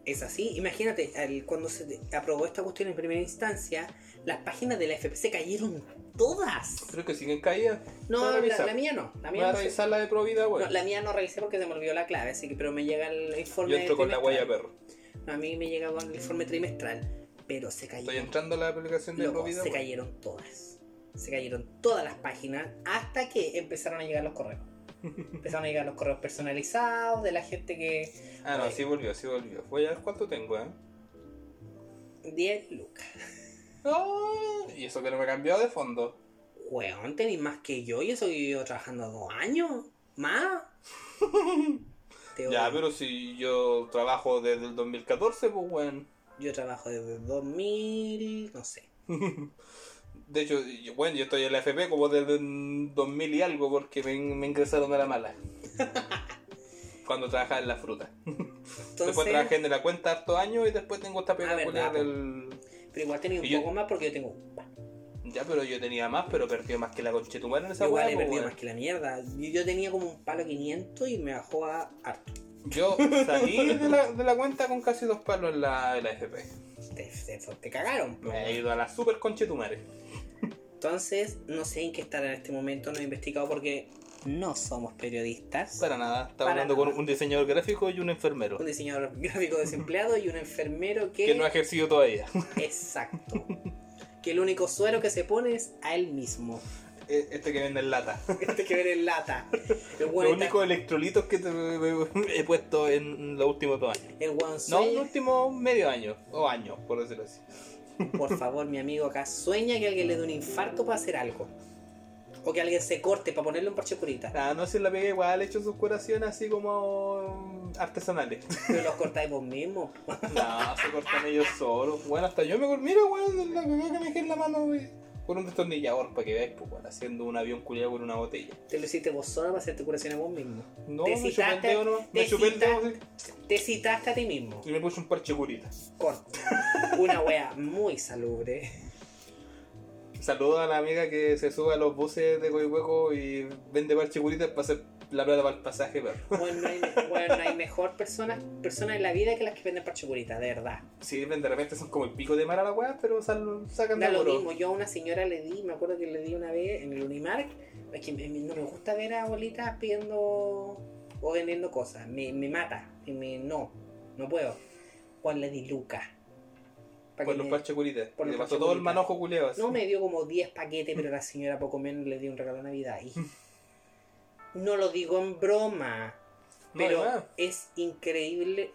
S1: Es así, imagínate, al- cuando se te- aprobó esta cuestión en primera instancia, las páginas de la FP se cayeron todas.
S2: Creo que siguen caídas. Voy a
S1: No, la,
S2: revisar.
S1: la mía no. La
S2: Voy
S1: mía
S2: a
S1: no, se-
S2: revisar pues. la de Provida,
S1: no,
S2: weón.
S1: la mía no revisé porque se me olvidó la clave, así que pero me llega el informe.
S2: Yo entro con la
S1: trimestral.
S2: huella perro.
S1: No, a mí me llega con el informe trimestral, pero se cayó.
S2: Estoy entrando a la aplicación de
S1: Loco,
S2: Provida.
S1: se
S2: weón.
S1: cayeron todas. Se cayeron todas las páginas hasta que empezaron a llegar los correos. empezaron a llegar los correos personalizados de la gente que.
S2: Ah, no, sí volvió, sí volvió. Voy a ver cuánto tengo, eh.
S1: 10 lucas.
S2: Ah, y eso que no me he cambiado de fondo.
S1: Weón, tenéis más que yo y eso que yo llevo trabajando dos años. Más. Te
S2: Ya,
S1: odio.
S2: pero si yo trabajo desde el 2014, pues weón.
S1: Yo trabajo desde 2000. No sé.
S2: De hecho, yo- bueno, yo estoy en la FP como desde el 2000 y algo porque me, me ingresaron a la mala. Cuando trabajaba en la fruta. después trabajé
S1: Entonces.
S2: en la cuenta harto años y después tengo esta pega
S1: Ah,
S2: culiá
S1: verdad, po.
S2: del...
S1: Pero igual tenéis
S2: Y
S1: un
S2: yo-
S1: poco más porque yo tengo. un par.
S2: Ya, pero yo tenía más, pero perdió más que la conchetumar en esa
S1: Yo igual
S2: hueá.
S1: he
S2: po,
S1: perdido
S2: weón.
S1: más que la mierda. Yo, yo tenía como un palo 500 y me bajó a harto.
S2: Yo salí de la, de la cuenta con casi dos palos en la, en la FP.
S1: Te, te- te cagaron. po.
S2: Me he ido a la super conchetumare.
S1: Entonces, no sé en qué estará en este momento, no he investigado porque no somos periodistas.
S2: Para nada, estaba
S1: Para
S2: hablando
S1: nada.
S2: con un diseñador gráfico y un enfermero.
S1: Un diseñador gráfico desempleado y un enfermero que...
S2: Que no ha ejercido todavía.
S1: Exacto. que el único suero que se pone es a él mismo.
S2: Eh, Este que vende en lata.
S1: Este que ver en lata. El
S2: Los
S1: weón
S2: únicos electrolitos que te- he puesto en los últimos dos años.
S1: está- el weón
S2: No, en
S1: sueña-
S2: los últimos medio año, o año, por decirlo así.
S1: Por favor, mi amigo acá, sueña que alguien le dé un infarto para hacer algo. O que alguien se corte para ponerle un parche de curita.
S2: Nada, Ah, no se la pega igual, he hecho sus curaciones así como mm, artesanales.
S1: Pero los cortáis vos mismo.
S2: No, se cortan ellos solos. Bueno, hasta yo me col- mira, weón, la cagada que me dejé en la mano, güey. Con un destornillador, para que veáis, pues, weón, haciendo un avión culiado con una botella.
S1: Te lo hiciste vos solo para hacerte curaciones vos mismo.
S2: No,
S1: Te
S2: me chupé el
S1: citaste-
S2: dedo, no. Me
S1: te
S2: chupé el dedo sí,
S1: Te citaste a ti mismo.
S2: y me puse un parche curita.
S1: Corta. Una wea muy salubre.
S2: Saludo a la amiga que se sube a los buses de Coihueco y vende parche curita para hacer la plata para el pasaje, perro.
S1: Bueno, no hay, bueno, no hay mejor personas personas en la vida que las que venden parchecuritas, de verdad.
S2: sirven, de repente son como el pico de mar a la weá, pero sal- sacan
S1: Da
S2: de
S1: lo
S2: oro.
S1: mismo. Yo a una señora le di, me acuerdo que le di una vez en el Unimark, es que me- me- no me gusta ver a abuelitas pidiendo o vendiendo cosas. Me, me mata. Y me, no, no puedo. Pues le di lucas. Pa'
S2: Por
S1: que
S2: los
S1: me-
S2: parches curitas.
S1: por
S2: Le
S1: los
S2: pasó
S1: parches
S2: todo el
S1: curitas.
S2: manojo culeo así.
S1: No, me dio como 10 paquetes, pero la señora poco menos le dio un regalo de Navidad. Y... No lo digo en broma.
S2: No,
S1: Pero
S2: además.
S1: es increíble.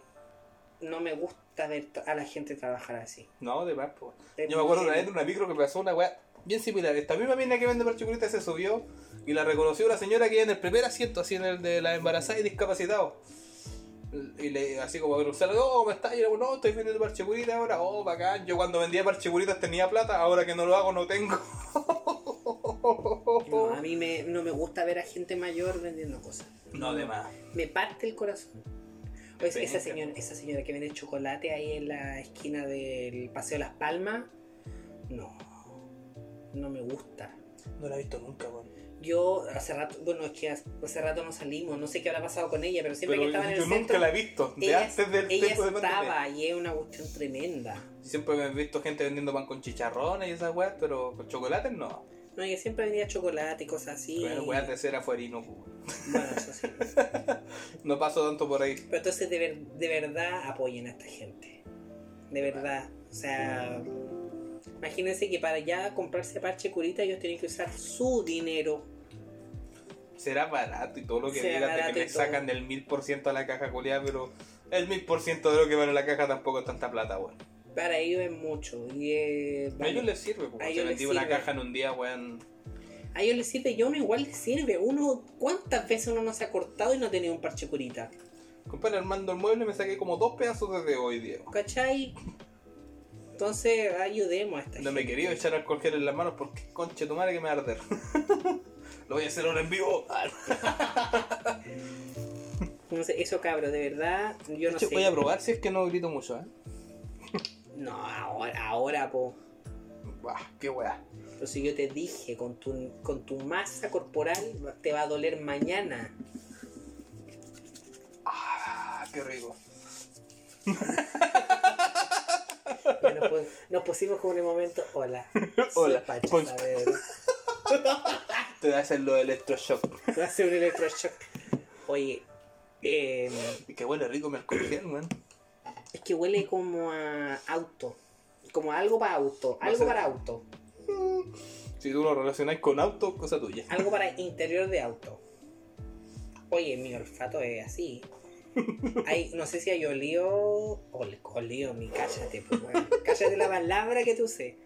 S1: No me gusta ver tra- a la gente trabajar así.
S2: No, de más, pues, po. Yo me acuerdo una vez de una micro que pasó una weá bien similar. Esta misma mina que vende parches curitas se subió y la reconoció una señora que iba en el primer asiento, así en el de la embarazada y discapacitado. Y le, así como que Roxana, no, me está, y yo, no, estoy vendiendo parche curita ahora, oh, bacán. Yo cuando vendía parche curitas tenía plata, ahora que no lo hago no tengo.
S1: No, a mí me- no me gusta ver a gente mayor vendiendo cosas.
S2: No, de más.
S1: Me parte el corazón. O es- esa,
S2: Penca.
S1: señora, esa señora que vende chocolate ahí en la esquina del Paseo Las Palmas. No. No me gusta.
S2: No la he visto nunca, weón.
S1: Yo hace rato, bueno, es que hace rato no salimos, no sé qué habrá pasado con ella, pero siempre
S2: Pero
S1: que estaba en el
S2: yo nunca
S1: centro,
S2: la he visto, de
S1: ella,
S2: antes del
S1: ella
S2: tiempo de pandemia.
S1: estaba y es una cuestión tremenda.
S2: Siempre me he visto gente vendiendo pan con chicharrones y esas weas, pero con chocolates no.
S1: No, ella siempre vendía chocolate y cosas así.
S2: Bueno, weas de cera fuera y no,
S1: Bueno, eso sí.
S2: no paso tanto por ahí.
S1: Pero entonces de, ver- de verdad apoyen a esta gente. de verdad. O sea, imagínense que para ya comprarse parche curita ellos tienen que usar su dinero.
S2: Será barato y todo lo que
S1: Será
S2: digas de
S1: barato
S2: que
S1: y
S2: le sacan
S1: todo.
S2: del 1000% a la caja culiada, pero el 1000% de lo que vale la caja tampoco es tanta plata, weón.
S1: Para ellos es mucho. Y es-
S2: A ellos les sirve,
S1: A
S2: porque
S1: ellos
S2: se
S1: les
S2: vendí una
S1: sirve.
S2: caja en un día, weón.
S1: a ellos les sirve y a uno igual les sirve. Uno, ¿cuántas veces uno no se ha cortado y no ha tenido un parche curita?
S2: Compadre, armando el mueble me saqué como dos pedazos desde hoy, Diego.
S1: ¿Cachai? Entonces ayudemos a esta
S2: No me he
S1: gente.
S2: querido echar alcohol gel en las manos porque conche tu madre que me va a arder. Lo voy a hacer ahora en vivo.
S1: Ah, Entonces, eso cabro, de verdad, yo no
S2: De hecho,
S1: sé.
S2: voy a probar si es que no grito mucho, ¿eh?
S1: No, ahora, ahora, po.
S2: Buah, qué weá.
S1: Pero si yo te dije, con tu, con tu masa corporal va- te va a doler mañana.
S2: Ah, qué rico.
S1: Ya Nos, pu- nos pusimos como en el momento, hola.
S2: Hola,
S1: Soy Pacho
S2: pon-
S1: Saavedra.
S2: Te voy a hacer lo de electroshock.
S1: Te va a hacer un electroshock. Oye, eh,
S2: Y Qué huele rico me alcohol gel, weón.
S1: es que huele como a auto. Como a algo para auto.
S2: No
S1: Algo
S2: sé.
S1: para auto.
S2: Si tú lo relacionas con auto, cosa tuya.
S1: Algo para interior de auto. Oye, mi olfato es así. Ay, no sé si hay olío. ol- Olío, mi cállate, pues, weón. Cállate la palabra que tú usé.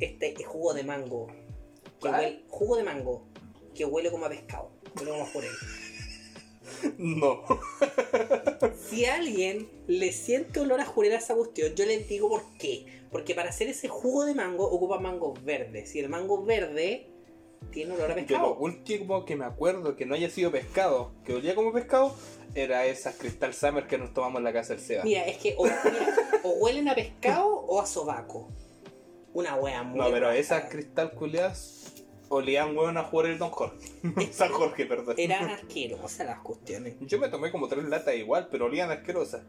S1: Este es jugo de mango. Que
S2: ¿Cuál?
S1: huele, jugo de mango. Que huele como a pescado. Huele como a jurel.
S2: No.
S1: Si a alguien le siente olor a jurel a esa cuestión, yo les digo por qué. Porque para hacer ese jugo de mango ocupa mango verde. Si el mango verde tiene olor a
S2: Yo lo
S1: pescado.
S2: último que me acuerdo que no haya sido pescado, que olía como pescado, era esas Crystal Summer que nos tomamos en la casa del Seba.
S1: Mira, es que o, mira, o huelen a pescado o a sobaco. Una wea muy.
S2: No, pero
S1: rara.
S2: esas cristal culiadas olían hueón a jugar el Don Jorge. San Jorge, perdón.
S1: Eran asquerosas las cuestiones.
S2: Yo me tomé como tres latas igual, pero olían asquerosas.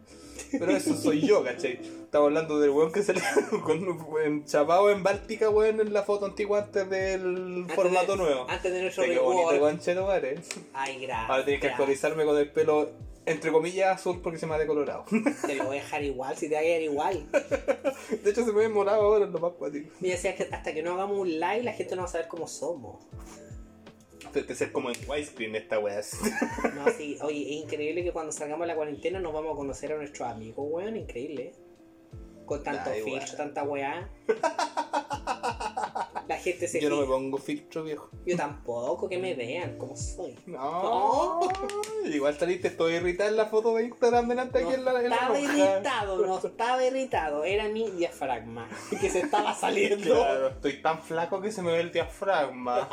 S2: Pero eso soy yo, ¿cachai? Estaba hablando del weón que salió con en chapado en Báltica, weón, en la foto antigua antes del
S1: Antes
S2: formato
S1: de-
S2: nuevo.
S1: Antes de nuestro
S2: Te quedó bonito,
S1: reward.
S2: conchero, madre.
S1: Ay, gracias.
S2: Ahora tienes que actualizarme con el pelo, entre comillas, azul porque se me ha decolorado.
S1: Te lo voy a dejar igual, si te va a quedar igual.
S2: De hecho, se me ve morado ahora, es lo más cuático.
S1: Mira, si hasta que no hagamos un live, la gente no va a saber cómo somos.
S2: Te que ser como en widescreen esta weá.
S1: No, sí, oye, es increíble que cuando salgamos de la cuarentena nos vamos a conocer a nuestros amigos, weón, increíble. ¿eh? Con tanto
S2: Da igual.
S1: filtro, tanta weá. La gente se
S2: Yo no me
S1: fija.
S2: pongo filtro, viejo.
S1: Yo tampoco, que me vean cómo soy.
S2: No. Igual saliste todo irritado en la foto de Instagram delante
S1: No
S2: aquí en la, en la
S1: estaba
S2: roja.
S1: irritado, no estaba irritado, era mi diafragma que se estaba saliendo.
S2: Claro, estoy tan flaco que se me ve el diafragma.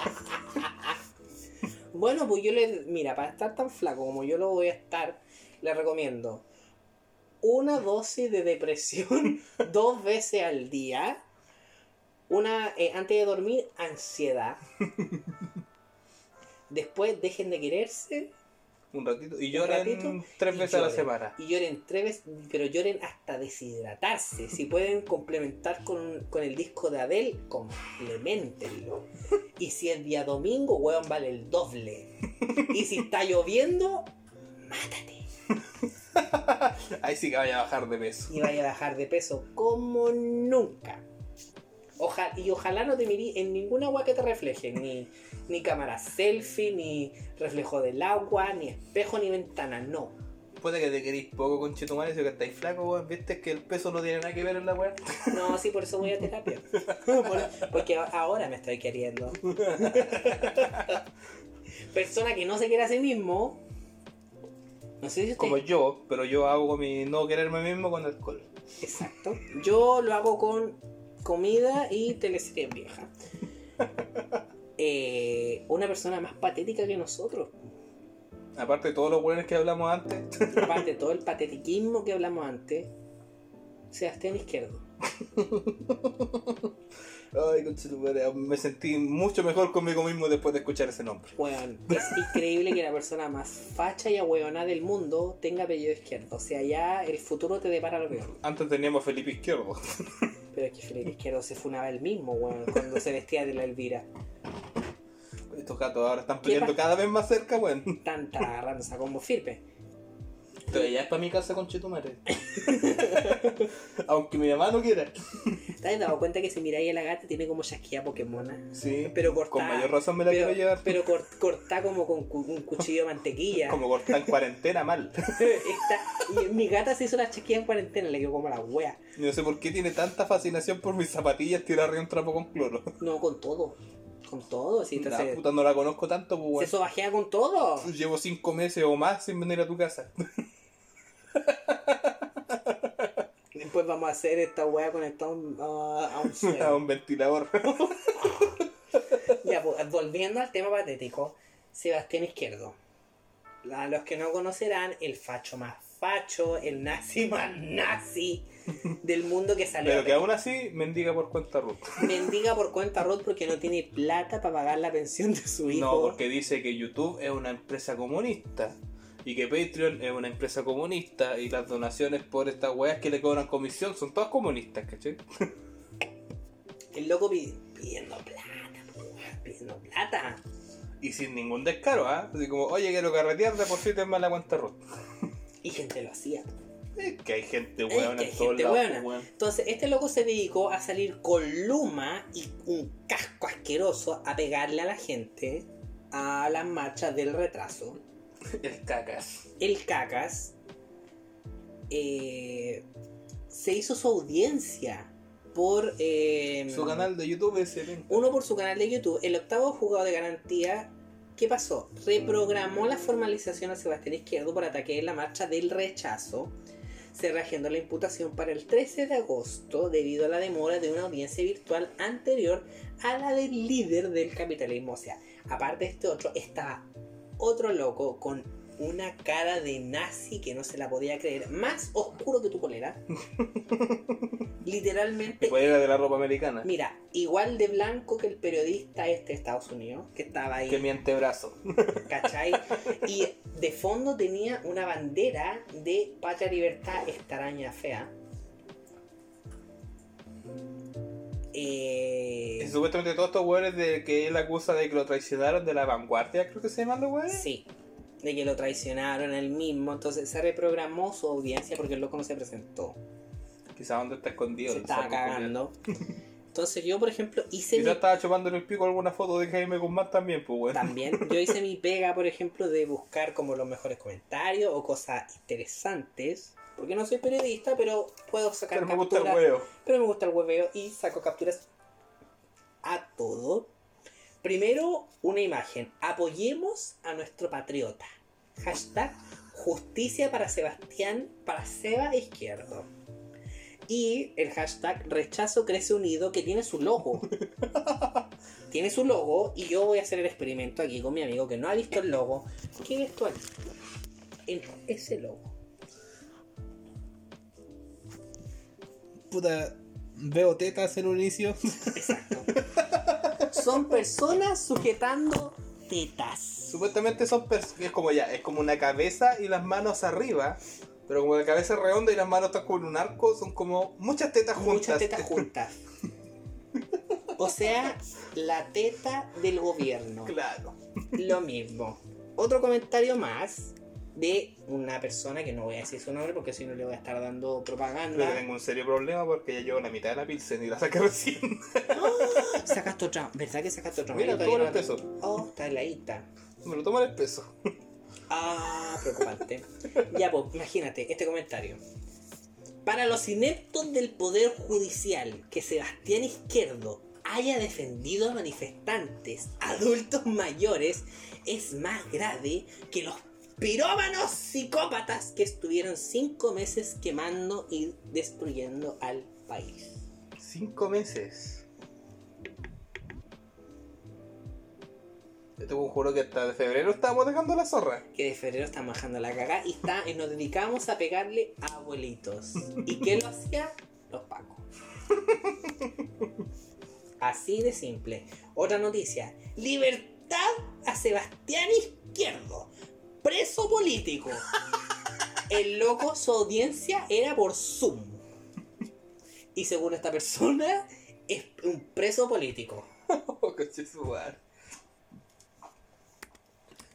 S1: Bueno, pues yo les, mira, para estar tan flaco como yo lo voy a estar, les recomiendo una dosis de depresión dos veces al día, una eh, antes de dormir ansiedad. Después dejen de quererse
S2: Un ratito. Y
S1: Un
S2: lloran
S1: ratito,
S2: tres
S1: y
S2: veces a la
S1: lloren.
S2: semana.
S1: y lloren tres veces, pero lloren hasta deshidratarse. Si pueden complementar con, con el disco de Adele, complementenlo. Y si es día domingo, weón, vale el doble. Y si está lloviendo, mátate.
S2: Ahí sí que vaya a bajar de peso.
S1: Y vaya a bajar de peso como nunca. Oja- y ojalá no te mirí en ninguna agua que te refleje, ni, ni cámara selfie, ni reflejo del agua, ni espejo, ni ventana, no.
S2: Puede que te queréis poco con chetumare, si que estáis flaco, weón. Viste que el peso no tiene nada que ver en la weá.
S1: No, sí, por eso voy a terapia. Por- porque a- ahora me estoy queriendo. Persona que no se quiere a sí mismo. No sé si usted.
S2: Como yo, pero yo hago mi no quererme mismo con alcohol.
S1: Exacto. Yo lo hago con comida y teleseries vieja. Eh, una persona más patética que nosotros.
S2: Aparte de todos los weones que hablamos antes.
S1: Aparte de todo el patetiquismo que hablamos antes. Sebastián Izquierdo.
S2: Ay, con chetumare, me sentí mucho mejor conmigo mismo después de escuchar ese nombre.
S1: Weón, es increíble que la persona más facha y ahueonada del mundo tenga apellido izquierdo. O sea, ya el futuro te depara lo peor.
S2: Antes teníamos a Felipe Izquierdo.
S1: Pero es que Felipe Izquierdo se funaba el mismo, weón, cuando se vestía de la Elvira.
S2: Estos gatos ahora están
S1: ¿Qué
S2: peleando
S1: pasa?
S2: cada vez más cerca, weón.
S1: Tanta agarrándose a combo firme.
S2: Pero ya es para mi casa con Chetumare. Aunque mi mamá no quiera.
S1: ¿Te has dado cuenta que si miráis a la gata tiene como chasquilla Pokémona?
S2: Sí,
S1: Pero corta-
S2: con mayor razón me la
S1: Pero,
S2: quiero llevar.
S1: pero cor- corta como con cu- un cuchillo de mantequilla.
S2: Como cortar en cuarentena mal.
S1: Está- y mi gata se hizo la chasquilla en cuarentena, le quedó como la wea.
S2: Yo No sé por qué tiene tanta fascinación por mis zapatillas tirarle un trapo con cloro.
S1: No, con todo. Con todo, sí.
S2: la
S1: Entonces,
S2: puta no la conozco tanto, pues
S1: se
S2: bueno.
S1: sobajea con todo.
S2: Llevo cinco meses o más sin venir a tu casa.
S1: Después vamos a hacer esta wea conectada a un- a a un cel.
S2: a un ventilador.
S1: Ya, pues, volviendo al tema patético, Sebastián Izquierdo. A los que no conocerán, el facho más facho, el nazi más nazi del mundo que salió.
S2: Pero que aún así mendiga por cuenta Ruth.
S1: Mendiga por cuenta Ruth porque no tiene plata para pagar la pensión de su hijo.
S2: No, porque dice que YouTube es una empresa comunista. Y que Patreon es una empresa comunista. Y las donaciones por estas weas que le cobran comisión son todas comunistas, ¿cachai?
S1: El loco pi- pidiendo plata, po, pidiendo plata.
S2: Y sin ningún descaro, ¿ah? Así como, oye, quiero carretear, de por sí te mala cuenta Ruth.
S1: Y gente lo hacía.
S2: Es que hay gente
S1: que
S2: weona
S1: hay
S2: en todos
S1: gente
S2: lados,
S1: hueona.
S2: weón.
S1: Entonces, este loco se dedicó a salir con luma y un casco asqueroso a pegarle a la gente a las marchas del retraso.
S2: El cacas.
S1: el Cacas eh, se hizo su audiencia por eh,
S2: Su canal de YouTube es el...
S1: uno por su canal de YouTube el octavo juzgado de garantía ¿qué pasó? reprogramó la formalización a Sebastián Izquierdo por ataque en la marcha del rechazo se reagendó la imputación para el 13 de agosto debido a la demora de una audiencia virtual anterior a la del líder del capitalismo. O sea, aparte de este otro, estaba otro loco con una cara de nazi que no se la podía creer, más oscuro que tu polera. Literalmente,
S2: Puede ir de la ropa americana.
S1: mira, igual de blanco que el periodista este de Estados Unidos, que estaba ahí.
S2: Que mi antebrazo.
S1: ¿cachai? Y de fondo tenía una bandera de Patria Libertad, esta araña fea. Eh,
S2: Y supuestamente todos estos weones de que él acusa de que lo traicionaron de la vanguardia, creo que se llaman los weones.
S1: sí, de que lo traicionaron él mismo, entonces se reprogramó su audiencia porque el loco no se presentó.
S2: Quizás donde está escondido.
S1: se
S2: no pues,
S1: estaba
S2: sabe cómo
S1: cagando. Entonces yo, por ejemplo, hice mi
S2: Quizás estaba chupándole el pico alguna foto de Jaime Guzmán también, pues bueno.
S1: También yo hice mi pega, por ejemplo, de buscar como los mejores comentarios o cosas interesantes. Porque no soy periodista, pero puedo sacar
S2: Pero me gusta el
S1: capturas.
S2: huevo.
S1: pero me gusta el hueveo y saco capturas a todo. Primero, una imagen. Apoyemos a nuestro patriota. Hashtag justicia para Sebastián, para Seba Izquierdo. Y el hashtag rechazo crece unido que tiene su logo. tiene su logo y yo voy a hacer el experimento aquí con mi amigo que no ha visto el logo. ¿Qué ves tú aquí? En ese logo.
S2: Puta, veo tetas en un inicio.
S1: Son personas sujetando tetas.
S2: Supuestamente son pers- es como ya, es como una cabeza y las manos arriba. Pero como la cabeza es redonda y las manos están con un arco, son como muchas tetas juntas.
S1: Muchas tetas juntas. O sea, la teta del gobierno.
S2: Claro.
S1: Lo mismo. Otro comentario más de una persona que no voy a decir su nombre porque si no le voy a estar dando
S2: Pero
S1: propaganda.
S2: tengo un serio problema porque ya llevo la mitad de la pilsen y la saqué recién.
S1: Sacaste otra. ¿Verdad que sacaste otra?
S2: Mira,
S1: Yo
S2: todo
S1: todavía no la
S2: el peso.
S1: tengo. Oh, está heladita.
S2: Me lo tomo el peso.
S1: Ah, preocupante. ya, pues, imagínate este comentario. Para los ineptos del Poder Judicial, que Sebastián Izquierdo haya defendido a manifestantes, adultos mayores, es más grave que los pirómanos psicópatas que estuvieron cinco meses quemando y destruyendo al país.
S2: Cinco meses. Yo te juro que hasta de febrero estábamos dejando la zorra.
S1: que de febrero están bajando la cagada y, está, y nos dedicamos a pegarle a abuelitos. ¿Y qué lo hacía? Los pacos. Así de simple. Otra noticia. Libertad a Sebastián Izquierdo. Preso político. El loco, su audiencia era por Zoom. Y según esta persona, es un preso político.
S2: Oh, coche su madre.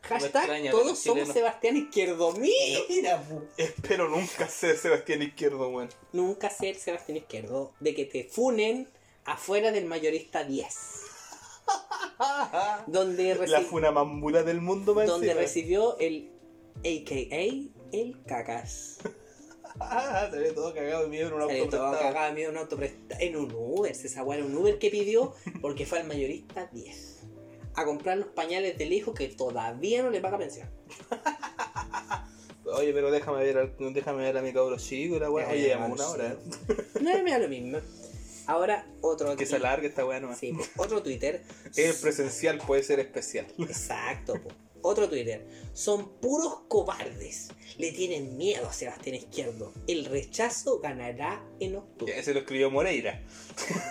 S1: Hashtag
S2: extraña,
S1: todos
S2: chileno.
S1: somos Sebastián Izquierdo. Mira, pu.
S2: Espero nunca ser Sebastián Izquierdo, weón.
S1: Nunca ser Sebastián Izquierdo de que te funen afuera del mayorista 10. Donde,
S2: La
S1: reci-
S2: funamambula del mundo, más
S1: donde
S2: encima.
S1: recibió el AKA el cacas.
S2: Ah, se ve todo cagado de miedo en un auto.
S1: Se le tocó
S2: prestado.
S1: cagada miedo en un auto presta- en un Uber. Se sacó un Uber que pidió porque fue al mayorista 10 a comprar los pañales del hijo que todavía no le paga pensión.
S2: Oye, pero déjame ver, al- déjame ver a mi cabro chico, la weá.
S1: Ya,
S2: Oye,
S1: ya,
S2: llevamos una
S1: vamos,
S2: hora. ¿eh?
S1: sí. No me da lo mismo. Ahora otro
S2: Que se
S1: tuit-
S2: alargue esta weá nomás.
S1: sí, otro Twitter.
S2: El presencial puede ser especial.
S1: Exacto, po. otro Twitter. Son puros cobardes. Le tienen miedo a Sebastián Izquierdo. El rechazo ganará en octubre.
S2: Ya, Ese lo escribió Moreira.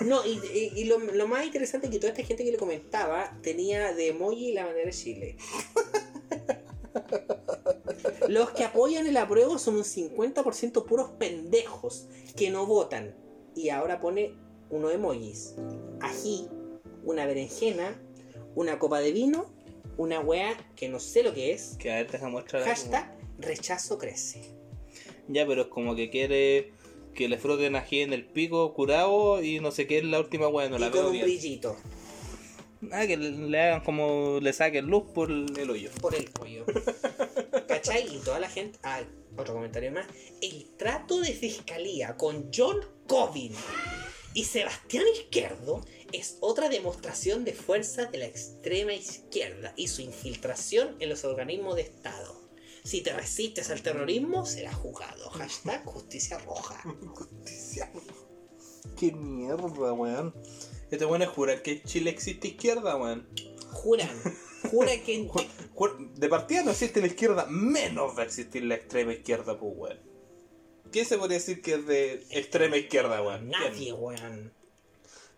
S1: No, y, y- y lo, lo más interesante es que toda esta gente que le comentaba tenía de emoji la bandera de Chile. Los que apoyan el apruebo son un 50% puros pendejos que no votan. Y ahora pone uno emojis. Ají, una berenjena, una copa de vino, una wea que no sé lo que es.
S2: Que a ver, deja mostrar. algo.
S1: Hashtag rechazo crece.
S2: Ya, pero es como que quiere que le froten ají en el pico curado y no sé qué es la última weá, no la
S1: y con
S2: veo
S1: un
S2: bien.
S1: brillito
S2: Ah, que le- le hagan como le saquen luz por el hoyo.
S1: por el pollo. ¿Cachai? Y toda la gente. Ah, otro comentario más. El trato de fiscalía con John Cobin y Sebastián Izquierdo es otra demostración de fuerza de la extrema izquierda y su infiltración en los organismos de Estado. Si te resistes al terrorismo, serás juzgado. Hashtag justicia roja.
S2: Qué mierda, weón. Este weón es jurar que en Chile existe izquierda, weón.
S1: Juran, jura que en-
S2: Ju- De partida no existe la izquierda, menos va a existir la extrema izquierda, pues, weón. ¿Quién se podría decir que es de extrema izquierda, weón? ¿Quién?
S1: nadie, weón.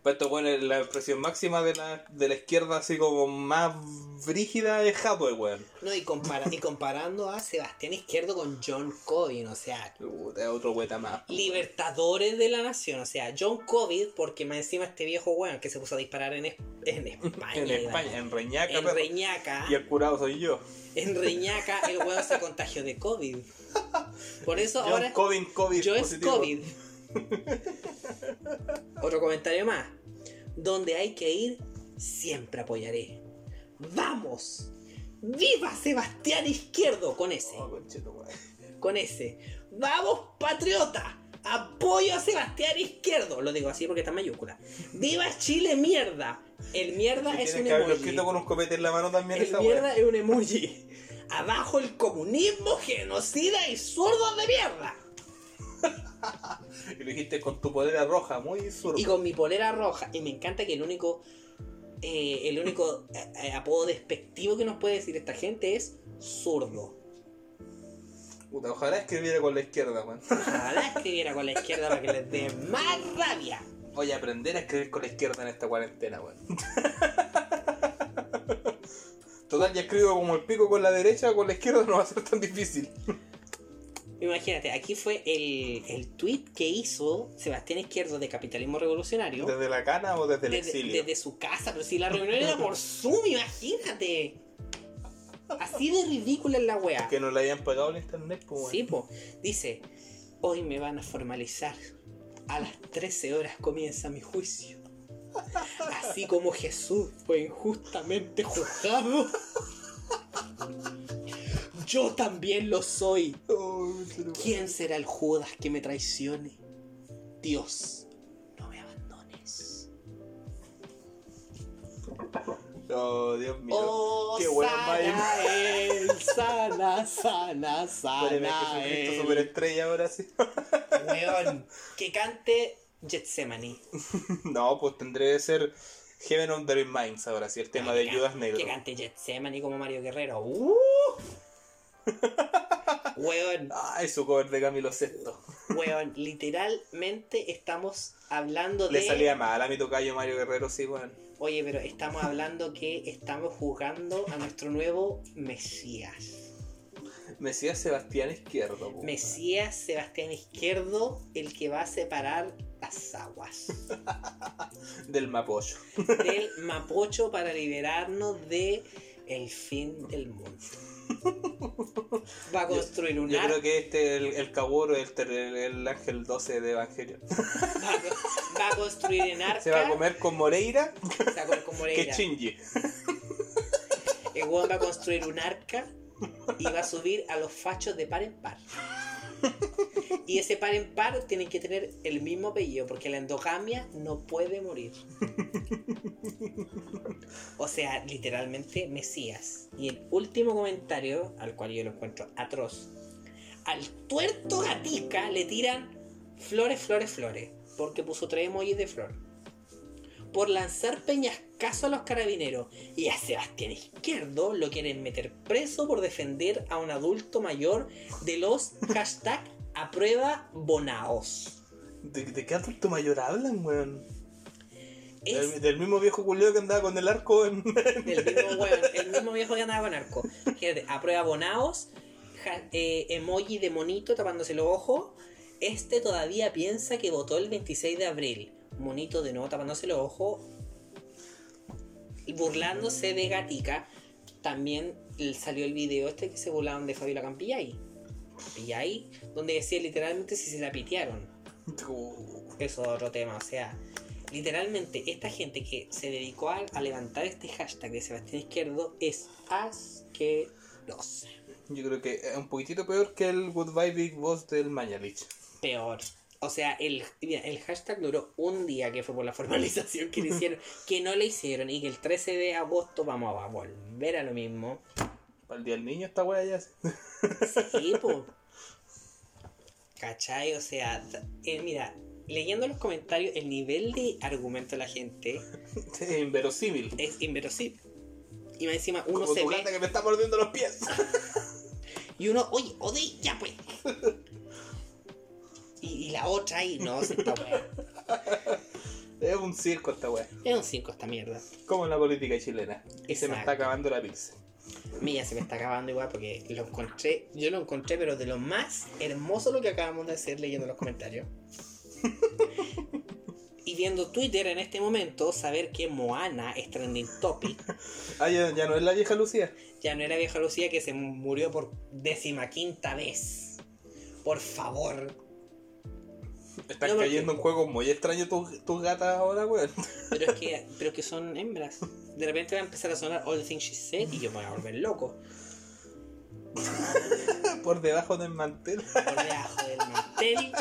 S2: Para esto, weón, es la expresión máxima de la, de la izquierda, así como más brígida, es Hathaway, weón.
S1: No, y, compara- y comparando a Sebastián Izquierdo con John Cobin, o sea,
S2: Puta, otro weón más.
S1: libertadores de la nación. O sea, John COVID, porque más encima este viejo weón que se puso a disparar en, es- en España.
S2: En
S1: ¿verdad?
S2: España, en Reñaca,
S1: En
S2: perro.
S1: Reñaca,
S2: Y el curado soy yo.
S1: en Reñaca, el weón se contagió de COVID. Por eso
S2: John
S1: ahora
S2: Cobin, Covid.
S1: yo es
S2: positivo.
S1: COVID. Otro comentario más. Donde hay que ir, siempre apoyaré. ¡Vamos! ¡Viva Sebastián Izquierdo! Con ese.
S2: Oh, conchito, weón.
S1: con ese. ¡Vamos, patriota! ¡Apoyo a Sebastián Izquierdo! Lo digo así porque está en mayúscula. ¡Viva Chile, mierda! El mierda
S2: Y
S1: es
S2: Tienes
S1: un
S2: que haberlo
S1: emoji.
S2: escrito con un copete en la mano también,
S1: El
S2: esa weón.
S1: mierda es un emoji. Abajo el comunismo, genocida y zurdos de mierda.
S2: Y lo dijiste con tu polera roja, muy zurdo.
S1: Y con mi polera roja. Y me encanta que el único. eh, el único eh, eh, apodo despectivo que nos puede decir esta gente es zurdo.
S2: Puta, ojalá escribiera con la izquierda, weón.
S1: Ojalá escribiera con la izquierda para que les dé más rabia.
S2: Voy a aprender a escribir con la izquierda en esta cuarentena, weón. Total, ya escribo como el pico con la derecha, con la izquierda no va a ser tan difícil.
S1: Imagínate, aquí fue el, el tweet que hizo Sebastián Izquierdo de Capitalismo Revolucionario
S2: ¿Desde la cana o desde el
S1: desde,
S2: exilio?
S1: desde su casa, pero si la reunión era por Zoom, imagínate. Así de ridícula es la wea.
S2: Que no le hayan pagado el internet, pues, weón.
S1: Sí, po. Dice, hoy me van a formalizar. A las 13 horas comienza mi juicio. Así como Jesús fue injustamente juzgado. Yo también lo soy.
S2: Oh, se lo-
S1: ¿Quién será el Judas que me traicione? Dios, no me abandones.
S2: Oh, Dios mío.
S1: Oh,
S2: Qué bueno,
S1: sana él, sana, sana,
S2: Poneme
S1: sana
S2: Jesucristo
S1: él.
S2: superestrella ahora sí.
S1: Weón, que cante Getsemani.
S2: no, pues tendré que ser Heaven on Their Minds ahora sí, el tema
S1: Ay,
S2: de
S1: que
S2: Judas
S1: can-
S2: Negro.
S1: Que cante Getsemani como Mario Guerrero. ¡Uh! Weón,
S2: Ay, su cover de Camilo VI.
S1: weón, literalmente estamos hablando de...
S2: Le salía mal a mi tocayo Mario Guerrero, sí, weón.
S1: Oye, pero estamos hablando que estamos juzgando a nuestro nuevo Mesías.
S2: Mesías Sebastián Izquierdo, po,
S1: Mesías Sebastián Izquierdo, el que va a separar las aguas
S2: del Mapocho.
S1: del Mapocho para liberarnos de El fin del mundo. Va a construir un
S2: Yo creo
S1: arca.
S2: que este es el, el Kaburo, el, ter- el- el ángel 12 de Evangelio.
S1: Va a, co- va a construir en arca.
S2: Se va a comer con Moreira
S1: se va a comer como
S2: que
S1: Moreira.
S2: Shinji.
S1: El weón va a construir un arca y va a subir a los fachos de par en par. Y ese par en par tienen que tener el mismo apellido, porque la endogamia no puede morir. O sea, literalmente Mesías. Y el último comentario, al cual yo lo encuentro atroz, al tuerto gatica le tiran flores, flores, flores, porque puso tres emojis de flor. Por lanzar peñascaso a los carabineros y a Sebastián Izquierdo lo quieren meter preso por defender a un adulto mayor de los hashtag aprueba bonaos.
S2: ¿De, de qué adulto mayor hablan, weón?
S1: Es
S2: Del, del mismo viejo culeo que andaba con el arco en.
S1: el mismo, weón, el mismo viejo que andaba con arco. Fíjate, aprueba bonaos, ja- eh, emoji de monito tapándose los ojos. Este todavía piensa que votó el 26 de abril. Monito de nuevo tapándose los ojos. Y burlándose de Gatica. También el- salió el video este que se burlaron de Fabiola Campillay. Campillay, donde decía literalmente si se la pitearon. Eso es otro tema, o sea, literalmente esta gente que se dedicó a, a levantar este hashtag de Sebastián Izquierdo es asquerosa.
S2: Yo creo que es un poquitito peor que el Goodbye Big Boss del Mañalich.
S1: Peor. O sea, el, mira, el hashtag duró un día que fue por la formalización que le hicieron, que no le hicieron y que el 13 de agosto vamos a volver a lo mismo.
S2: Para el día del niño, esta wea ya. se-
S1: Sí, po. pues, ¿Cachai? O sea, eh, mira, leyendo los comentarios, el nivel de argumento de la gente
S2: Es inverosímil.
S1: es inverosímil. Y más encima uno
S2: Como
S1: se
S2: tu
S1: ve...
S2: gata que me está mordiendo los pies.
S1: Y uno, oye, oye, ya pues. Y, y la otra ahí, no, si esta weá.
S2: es un circo esta wea.
S1: Es un 5 esta mierda.
S2: Como en la política chilena. Y se me
S1: Exacto.
S2: está acabando la pizza.
S1: Mira, se me está acabando igual porque lo encontré, yo lo encontré, pero de lo más hermoso lo que acabamos de hacer leyendo los comentarios. Y viendo Twitter en este momento, saber que Moana es trending topic.
S2: Ah, ya, ya no es la vieja Lucía.
S1: Ya no era vieja Lucía que se murió por décima quinta vez. Por favor.
S2: Están
S1: No, porque-
S2: cayendo en juegos muy extraños tus tus gatas ahora, weón.
S1: Pero es que, pero que son hembras. De repente va a empezar a sonar All the Things She Said y yo me voy a volver loco.
S2: Por debajo del mantel.
S1: Por debajo del mantel.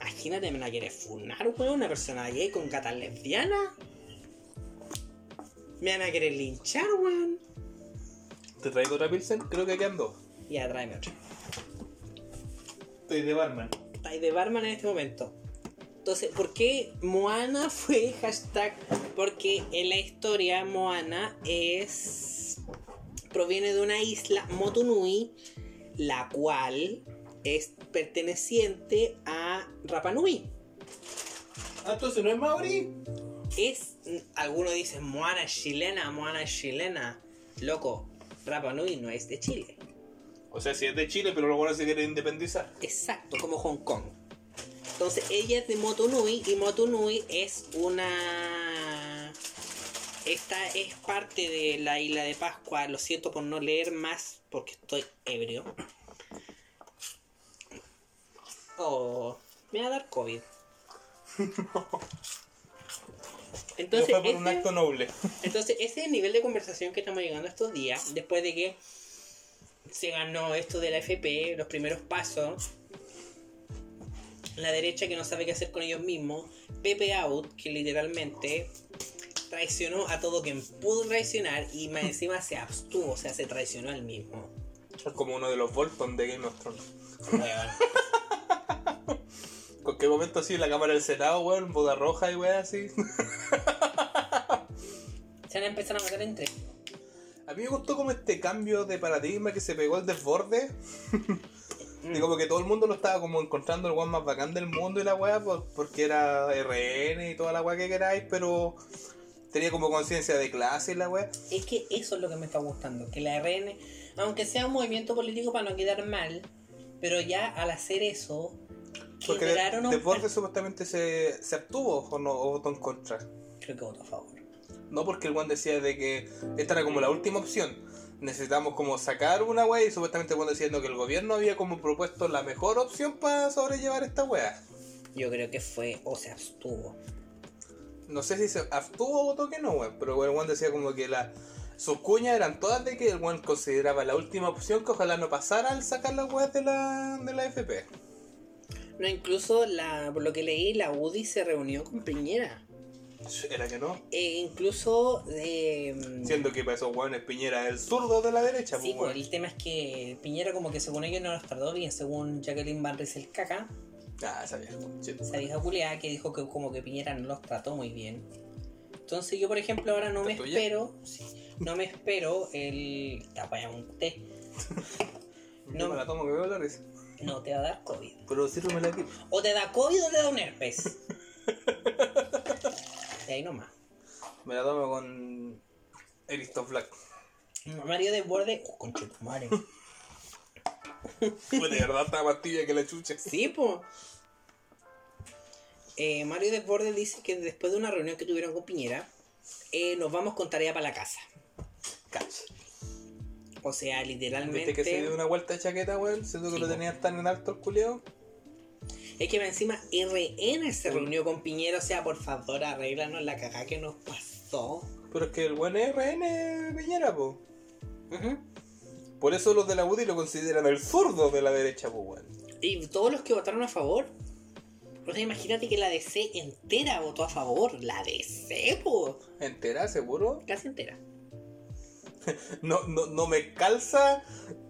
S1: Imagínate, me la quieres funar, weón. Una persona gay con gatas lesbianas. Me van a querer linchar, weón.
S2: ¿Te traigo otra pilsen? Creo que quedan dos.
S1: Y tráeme otra.
S2: Estoy de barman.
S1: Estáis de barman en este momento. Entonces, ¿por qué Moana fue hashtag? Porque en la historia Moana es. proviene de una isla, Motunui, la cual es perteneciente a Rapanui.
S2: Ah, entonces no es Mauri.
S1: Es. algunos dicen Moana es chilena, Moana es chilena. Loco, Rapanui no es de Chile.
S2: O sea, si es de Chile, pero luego se quiere independizar.
S1: Exacto, como Hong Kong. Entonces ella es de Motunui y Motunui es una... Esta es parte de la isla de Pascua. Lo siento por no leer más porque estoy ebrio. Oh, me va a dar COVID. Entonces,
S2: Entonces,
S1: este
S2: fue por un
S1: ese-
S2: acto noble.
S1: entonces, ese es el nivel de conversación que estamos llegando estos días, después de que se ganó esto de la FP, los primeros pasos, la derecha que no sabe qué hacer con ellos mismos, Pepe Out, que literalmente traicionó a todo quien pudo traicionar y más encima se abstuvo, o sea, se traicionó al mismo.
S2: Es como uno de los Bolton de Game of Thrones.
S1: Weón.
S2: Cualquier momento así en la Cámara del Senado, weón, boda roja y weón así.
S1: Se van a empezar a matar entre
S2: A mí me gustó como este cambio de paradigma que se pegó al desborde. Y
S1: Mm.
S2: como que todo el mundo lo estaba como encontrando el weón más bacán del mundo y la weá, por- porque era RN y toda la weá que queráis, pero tenía como conciencia de clase y la weá.
S1: Es que eso es lo que me está gustando, que la RN, aunque sea un movimiento político para no quedar mal, pero ya al hacer eso,
S2: Porque
S1: generaron
S2: de-
S1: un...
S2: desborde supuestamente se, se abstuvo o no o votó en contra.
S1: Creo que voto a favor.
S2: No porque el Juan decía de que esta era como la última opción. Necesitamos como sacar una wea y supuestamente el Juan diciendo que el gobierno había como propuesto la mejor opción para sobrellevar esta wea.
S1: Yo creo que fue o se abstuvo.
S2: No sé si se abstuvo o votó que no, weón. Pero el Juan decía como que la, sus cuñas eran todas de que el Juan consideraba la última opción que ojalá no pasara al sacar las weas de la, de la FP.
S3: No, incluso la, por lo que leí, la UDI se reunió con Piñera.
S2: Era que no.
S3: E incluso eh,
S2: Siendo que para esos weones Piñera es el zurdo de la derecha,
S1: em, Sí,
S2: pues,
S1: pues
S2: weón.
S1: el tema es que Piñera como que según ellos no los trató bien, según Jacqueline Van el caca,
S2: Ah, esa vieja, weón, chito.
S1: esa vieja culiada que dijo que como que Piñera no los trató muy bien. Entonces yo por ejemplo ahora no me
S2: ¿Tatuya?
S1: espero, sí, no me espero el tapaya un té,
S2: No me la tomo que veo la risa.
S1: no te va a dar COVID.
S2: Pero sírvemela aquí.
S1: O te da COVID o te da un herpes. y ahí nomás.
S2: Me la tomo con Aristoflac.
S1: Mario de borde, oh, conchetumare.
S2: Fue de verdad esta pastilla que la chucha.
S1: Sí, po. Eh, Mario Desbordes dice que después de una reunión que tuvieron con Piñera, eh, nos vamos con tarea para la casa.
S2: Cacha.
S1: O sea, literalmente.
S2: Viste que se dio una vuelta de chaqueta, weón. Siento que
S1: Sí,
S2: lo
S1: po.
S2: tenían tan en alto el culeo.
S1: Es que encima RN se reunió con Piñera. O sea, por favor, arréglanos la cagada que nos pasó.
S2: Pero es que el buen RN es Piñera, po. Por eso los de la UDI lo consideran el zurdo de la derecha, po, weón.
S1: Y todos los que votaron a favor. O sea, imagínate que la DC entera votó a favor. La DC, po.
S2: ¿Entera, seguro?
S1: Casi entera.
S2: No, no, no me calza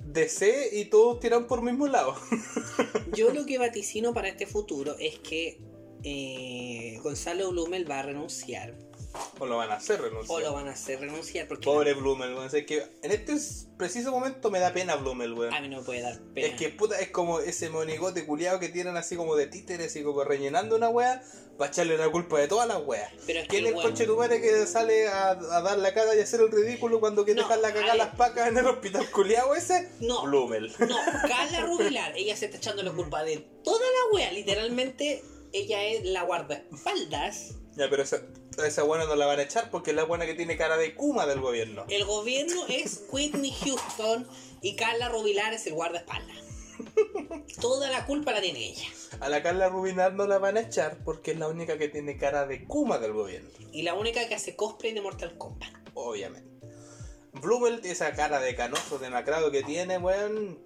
S2: DC y todos tiran por mismo lado.
S1: Yo lo que vaticino para este futuro es que eh, Gonzalo Blumel va a renunciar.
S2: o lo van a hacer
S1: O
S2: renunciar.
S1: lo van a hacer renunciar porque
S2: Pobre Blumel, weón. Es que en este preciso momento me da pena Blumel, weón.
S1: a mí no me puede dar pena.
S2: Es que puta, es como ese monigote culiado que tienen así como de títeres y como rellenando una wea para echarle la culpa de todas las weas.
S1: Pero es que
S2: ¿Quién es el
S1: bueno,
S2: coche tu madre que sale a, a dar la cara y hacer el ridículo cuando que
S1: No,
S2: dejan la cagada
S1: ay.
S2: las pacas en el hospital culiado ese?
S1: No.
S2: Blumel.
S1: No, Carla Rubilar, ella se está echando la culpa de toda la wea. Literalmente, ella es la guardaespaldas.
S2: Ya, pero esa, esa buena no la van a echar porque es la buena que tiene cara de Kuma del gobierno.
S1: El gobierno es Whitney Houston y Carla Rubilar es el guardaespaldas. Toda la culpa la tiene ella.
S2: A la Carla Rubinar no la van a echar porque es la única que tiene cara de Kuma del gobierno.
S1: Y la única que hace cosplay de Mortal Kombat.
S2: Obviamente. Blumel, esa cara de canoso, de macrado que tiene, weón.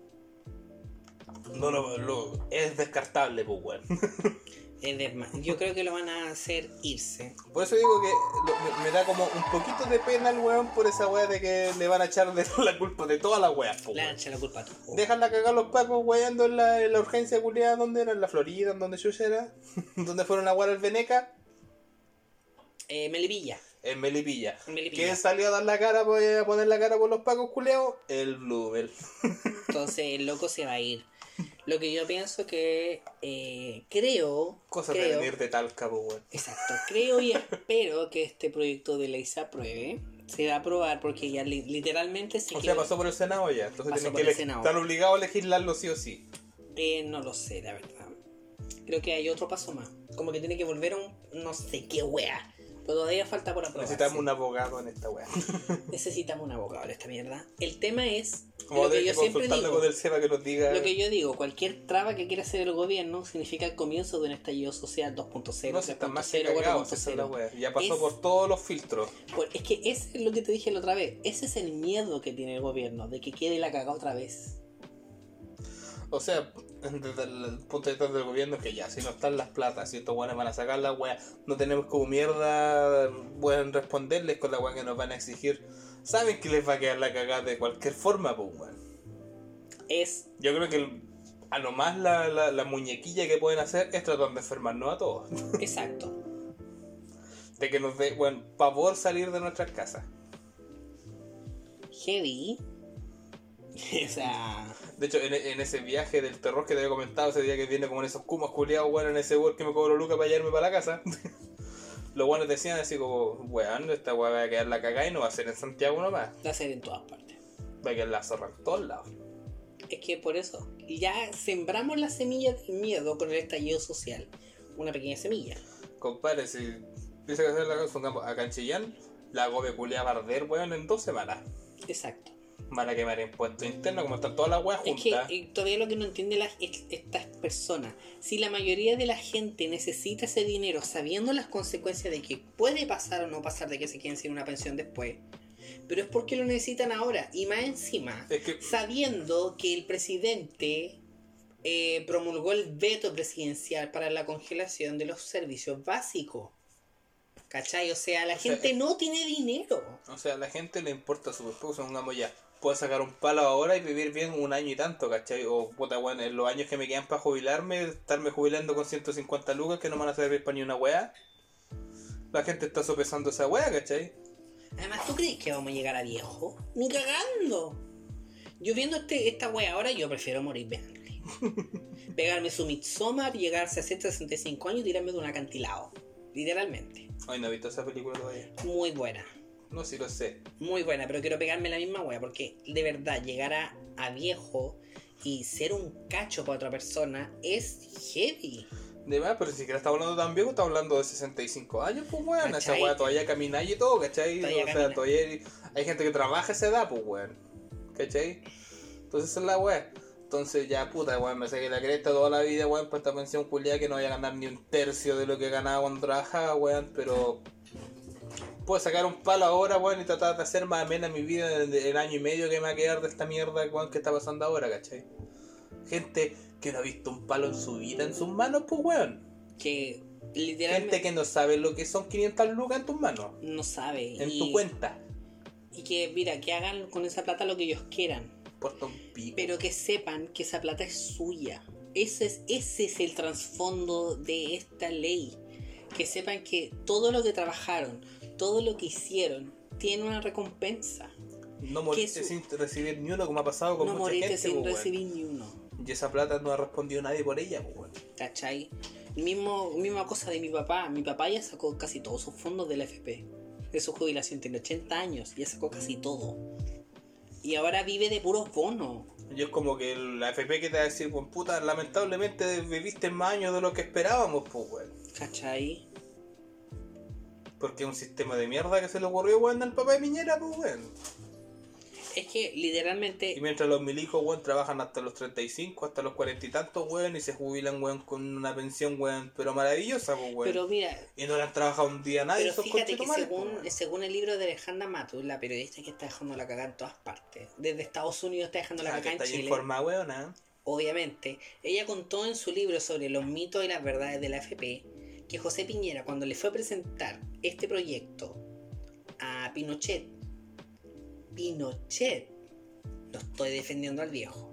S2: No lo, lo- es descartable, pues, weón.
S1: Es de más. Yo creo que lo van a hacer irse.
S2: Por eso digo que lo- me, me da como un poquito de pena el weón por esa weá de que le van a echar de la culpa de todas las weas, pues,
S1: Le
S2: weón.
S1: echa la culpa a tu
S2: Dejan la cagar los pacos weyando en la, en la urgencia culiada, ¿dónde era? En la Florida, en donde yo era, donde fueron a guardar el Veneca,
S1: Eh, Melipilla.
S2: en Melipilla.
S1: Melipilla.
S2: ¿Quién salió a dar la cara, pues, a poner la cara por los pacos culiados? El Blumel.
S1: Entonces el loco se va a ir. Lo que yo pienso que eh, creo,
S2: Cosa de
S1: creo,
S2: venir de Talca, pues, weón.
S1: exacto, creo y espero que este proyecto de ley se apruebe, se va a aprobar porque ya li- literalmente se
S2: O sea,
S1: quedó-
S2: pasó por el Senado ya, entonces
S1: Pasó
S2: tienen
S1: por
S2: que
S1: el
S2: le-
S1: Senado.
S2: están obligados a legislarlo sí o sí.
S1: eh, no lo sé, la verdad. Creo que hay otro paso más, como que tiene que volver a un no sé qué wea. Pero todavía falta por aprobar.
S2: Necesitamos un abogado en esta weá.
S1: Necesitamos un abogado para esta mierda. El tema es
S2: Como
S1: lo que
S2: que
S1: yo siempre
S2: consultarlo
S1: digo.
S2: con el SEBA que nos diga. "Este
S1: Lo que yo digo, cualquier traba que quiera hacer el gobierno significa el comienzo de un estallido social 2.0,
S2: no se están más
S1: 3.0,
S2: cagados, esa es la
S1: 4.0.
S2: weá. Ya pasó
S1: Es-
S2: por todos los filtros.
S1: Por- Es que ese es lo que te dije la otra vez. Ese es el miedo que tiene el gobierno, de que quede la cagada otra vez.
S2: O sea, desde el punto de vista del gobierno, que ya, si no están las platas, si estos weones van a sacar la weá, no tenemos como mierda, pueden responderles con la weá que nos van a exigir. Saben que les va a quedar la cagada de cualquier forma, pues weón.
S1: Es,
S2: Yo creo que el- a lo más la, la, la muñequilla que pueden hacer es tratar de enfermarnos a todos.
S1: exacto.
S2: De que nos dé, weón, pavor salir de nuestras casas.
S1: Heavy. o sea,
S2: De hecho, en, en ese viaje del terror que te había comentado, ese día que viene como en esos cumos culiados, weón, en ese work que me cobró Luca para llevarme para la casa. Los buenos decían así como, weón, esta weá va a quedar la cagada y no va a ser en Santiago nomás.
S1: va a ser en todas partes.
S2: Va a quedar la zorra en todos lados.
S1: Es que por eso, ya sembramos la semilla del miedo con el estallido social. Una pequeña semilla.
S2: Compadre, si empieza a hacer la cosa, pongamos, acá en Chillán, La gobe culia va a arder, weón, en dos semanas.
S1: Exacto.
S2: Van a quemar impuesto interno, como están todas las weas
S1: Es que
S2: juntas.
S1: eh, todavía lo que no entiende las- es- estas personas, si la mayoría de la gente necesita ese dinero sabiendo las consecuencias de que puede pasar o no pasar de que se queden sin una pensión después, pero es porque lo necesitan ahora y más encima,
S2: Es que,
S1: sabiendo que el presidente eh, promulgó el veto presidencial para la congelación de los servicios básicos. ¿Cachai? O sea, la
S2: O sea,
S1: gente
S2: es-
S1: no tiene dinero.
S2: o sea, a la gente le importa súper poco, supongamos ya. Puedo sacar un palo ahora y vivir bien un año y tanto, ¿cachai? O puta, weón, en los años que me quedan para jubilarme, estarme jubilando con 150 lucas que no me van a servir para ni una wea. La gente está sopesando esa wea, ¿cachai?
S1: Además, ¿tú crees que vamos a llegar a viejo? Ni cagando. Yo viendo este, esta wea ahora, yo prefiero morirme antes. Pegarme su Midsommar, llegar a 60, 65 años y tirarme de un acantilado. Literalmente.
S2: Ay, no he visto esa película todavía.
S1: Muy buena.
S2: No, sí lo sé.
S1: Muy buena, pero quiero pegarme la misma wea porque de verdad llegar a, a viejo y ser un cacho para otra persona es heavy.
S2: De más, pero ni siquiera está hablando tan viejo, está hablando de 65 años, pues weón. Esa
S1: ¿Cachai?
S2: weá todavía camináis y todo, ¿cachai?
S1: Todavía
S2: o sea,
S1: camina.
S2: todavía hay, hay gente que trabaja a esa edad, pues weón. ¿cachai? Entonces esa es la weá. Entonces ya puta, weón, me saqué la cresta toda la vida, weón, para esta pensión culiada que no voy a ganar ni un tercio de lo que ganaba cuando trabajaba, weón, pero puedo sacar un palo ahora, weón, y tratar de hacer más amena mi vida en el año y medio que me va a quedar de esta mierda, weón, que está pasando ahora, ¿cachai? Gente que no ha visto un palo en su vida en sus manos, pues weón.
S1: Que
S2: Gente
S1: literalmente
S2: que no sabe lo que son 500 lucas en tus manos,
S1: no sabe.
S2: en
S1: y,
S2: tu cuenta.
S1: y que, mira, que hagan con esa plata lo que ellos quieran.
S2: Puerto un pico.
S1: pero que sepan que esa plata es suya. Ese es, ese es el trasfondo de esta ley. Que sepan que todo lo que trabajaron, todo lo que hicieron, tiene una recompensa.
S2: No moriste
S1: que su-
S2: sin recibir ni uno, como ha pasado con
S1: no
S2: mucha
S1: morirte
S2: gente.
S1: sin
S2: pues, weón.
S1: recibir ni uno.
S2: Y esa plata no ha respondido nadie por ella, pues, weón.
S1: ¿Cachai? Mismo, misma cosa de mi papá. Mi papá ya sacó casi todos sus fondos del FP. De su jubilación tiene 80 años. Ya sacó casi todo. Y ahora vive de puros bonos.
S2: Y es como que la FP que te va a decir, pues puta, lamentablemente viviste más años de lo que esperábamos, pues, weón.
S1: ¿Cachai?
S2: Porque es un sistema de mierda que se le ocurrió, weón, al papá de Piñera, pues, weón.
S1: Es que literalmente
S2: Y mientras los milijos, weón, trabajan hasta los 35, hasta los 40 y tantos, weón, y se jubilan, weón, con una pensión, weón, pero maravillosa, pues, weón.
S1: Pero mira,
S2: Y no le han trabajado un día a nadie
S1: Pero
S2: esos
S1: fíjate que
S2: conchetumales,
S1: según,
S2: po, pues, weón.
S1: según el libro de Alejandra Matus, la periodista que está dejando la cagada en todas partes, desde Estados Unidos está dejando la
S2: Ah, que
S1: cagada en
S2: está bien
S1: Chile,
S2: informada, weona.
S1: obviamente, ella contó en su libro sobre los mitos y las verdades de la FP que José Piñera, cuando le fue a presentar este proyecto a Pinochet, Pinochet, lo estoy defendiendo al viejo,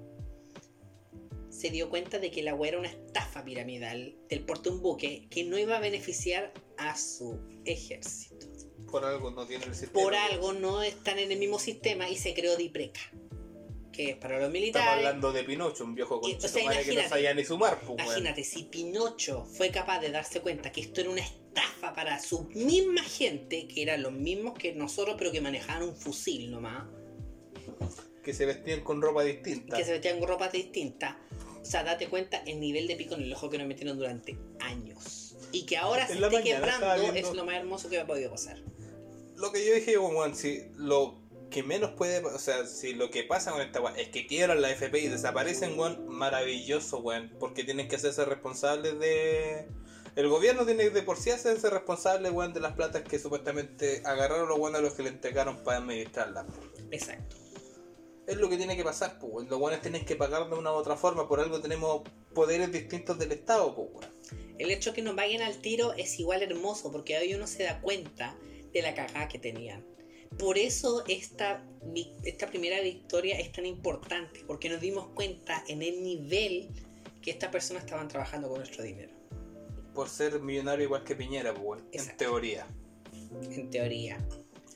S1: se dio cuenta de que la wea era una estafa piramidal del porte de un buque que no iba a beneficiar a su ejército
S2: Por algo no tiene el sistema.
S1: por algo no están en el mismo sistema y se creó Dipreca, que es para los
S2: Estamos
S1: militares.
S2: hablando de Pinocho, un viejo
S1: Y, o sea,
S2: conchetumare que no
S1: imagínate.
S2: sabía ni sumar, pues, weón.
S1: Imagínate, si Pinocho fue capaz de darse cuenta que esto era una estafa para su misma gente, que eran los mismos que nosotros, pero que manejaban un fusil nomás,
S2: Que se vestían con ropa
S1: y
S2: distinta.
S1: que se metían con ropas distintas. O sea, date cuenta el nivel de pico en el ojo que nos metieron durante años. Y que ahora se
S2: En la
S1: esté
S2: mañana estaba
S1: quebrando
S2: viendo-
S1: es lo más hermoso que me ha podido pasar.
S2: Lo que yo dije, weón, weón, si lo que menos puede. O sea, si lo que pasa con esta weón es que quiebran la FP y desaparecen, weón, maravilloso, weón. Porque tienen que hacerse responsables de. El gobierno tiene que de por sí hacerse responsable, weón, de las platas que supuestamente agarraron los weón a los que le entregaron para administrarlas.
S1: Exacto.
S2: Es lo que tiene que pasar, pues, weón. Los weones tienen que pagar de una u otra forma. Por algo tenemos poderes distintos del Estado, pues, weón.
S1: El hecho que nos paguen al tiro es igual hermoso porque hoy uno se da cuenta de la cagada que tenían. Por eso esta, vi- esta primera victoria es tan importante, porque nos dimos cuenta en el nivel que estas personas estaban trabajando con nuestro dinero,
S2: Por ser millonario igual que Piñera, pues, weón. En
S1: Exacto.
S2: teoría.
S1: en teoría.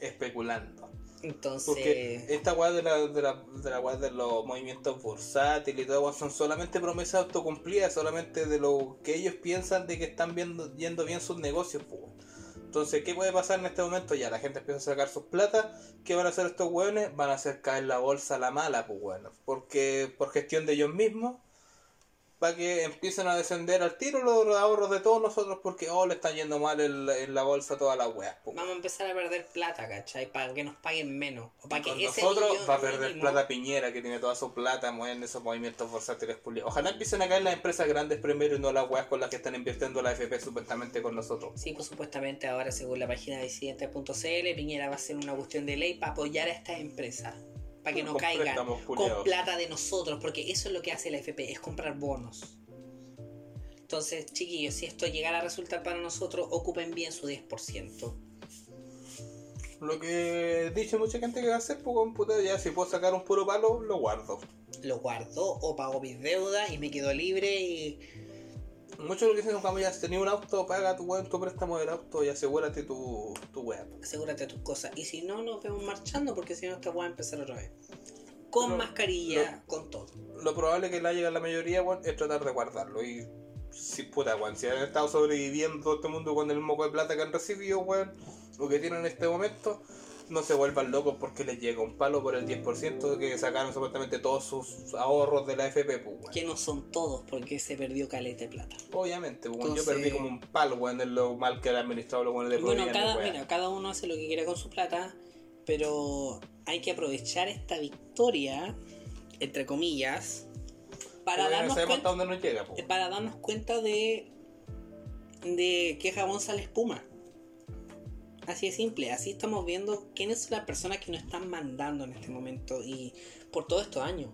S2: Especulando. Porque eh,
S1: Entonces,
S2: esta weá de la, de, la, de la weá de los movimientos bursátiles y todo weón, son solamente promesas autocumplidas, solamente de lo que ellos piensan de que están viendo, yendo bien sus negocios, pues, weón. Entonces, ¿qué puede pasar en este momento? Ya la gente empieza a sacar sus plata. ¿Qué van a hacer estos weones? Van a hacer caer la bolsa a la mala, pues, bueno. Porque por gestión de ellos mismos para que empiecen a descender al tiro los ahorros de todos nosotros porque oh, le está yendo mal el- en la bolsa a todas las weas. po.
S1: Vamos a empezar a perder plata, ¿cachai? Para que nos paguen menos. O para que
S2: Con
S1: ese
S2: nosotros
S1: millón
S2: va a perder
S1: mínimo-
S2: plata Piñera, que tiene toda su plata en esos movimientos forzados culiados. Ojalá empiecen a caer las empresas grandes primero y no las weas con las que están invirtiendo la FP supuestamente con nosotros.
S1: Sí, pues supuestamente ahora, según la página disidente.cl, Piñera va a hacer una cuestión de ley para apoyar a estas empresas. Para que no
S2: Con
S1: caigan
S2: préstamos
S1: con
S2: culiados.
S1: plata de nosotros, porque eso es lo que hace la FP, es comprar bonos. Entonces, chiquillos, si esto llegara a resultar para nosotros, ocupen bien su 10%.
S2: Lo que dice mucha gente que va a hacer, pues computador, ya si puedo sacar un puro palo, lo guardo.
S1: Lo guardo o pago mis deudas y me quedo libre y
S2: Muchos lo que dicen, cuando ya has tenido un auto, paga tu weón, tu préstamo del auto y asegúrate tu, tu wea.
S1: asegúrate tus cosas. Y si no, nos vemos marchando, porque si no, esta voy a empezar otra vez. Con
S2: Pero-
S1: mascarilla, con todo.
S2: Lo probable que le llegue a la mayoría, weón, es tratar de guardarlo. Y si puta, weón, si han estado sobreviviendo este mundo con el moco de plata que han recibido, weón, lo que tienen en este momento, no se vuelvan locos porque les llega un palo por el 10% que sacaron supuestamente todos sus ahorros de la FP, pues, weón.
S1: Que no son todos, porque se perdió caleta de plata.
S2: Obviamente, pues, weón,
S1: Entonces-
S2: yo perdí como un palo, weón, en lo mal que era administrado los weones de
S1: bueno,
S2: Providencia,
S1: cada,
S2: weón.
S1: mira, cada uno hace lo que quiera con su plata, pero hay que aprovechar esta victoria, entre comillas, para
S2: Pero ya no
S1: darnos,
S2: sabemos hasta
S1: cuenta,
S2: dónde nos llega, pues.
S1: para darnos cuenta de, de qué jabón sale espuma. Así de simple, así estamos viendo quiénes son las personas que nos están mandando en este momento y por todos estos años.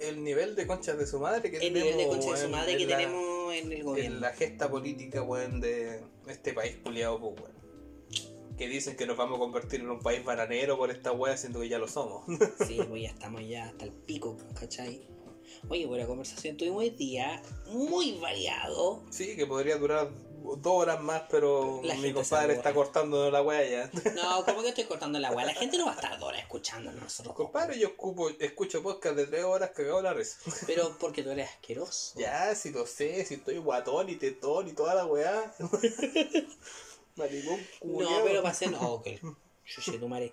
S2: El nivel de conchas de su madre que
S1: El
S2: tenemos,
S1: nivel de concha de su
S2: weón,
S1: madre
S2: en
S1: que
S2: la-
S1: tenemos en el
S2: en
S1: gobierno.
S2: la gesta política, weón, de este país culiado, pues, weón. Que dicen que nos vamos a convertir en un país bananero por esta weá, siento que ya lo somos.
S1: Sí, pues ya estamos ya hasta el pico, ¿cachai? Oye, buena conversación. Tuvimos hoy día muy variado.
S2: sí, que podría durar dos horas más, pero
S1: La
S2: mi
S1: gente
S2: compadre
S1: se
S2: está
S1: aburre.
S2: cortando la weá ya.
S1: No, como que estoy cortando el agua. La gente no va a estar ahora escuchándonos nosotros.
S2: compadre, yo escupo- escucho podcast de tres horas cagado en la risa.
S1: Pero porque tú eres asqueroso.
S2: ya, si lo sé, si estoy guatón y tetón y toda la weá. Maricón,
S1: No,
S2: culiao.
S1: pero pasé. No, que el chuche tu madre.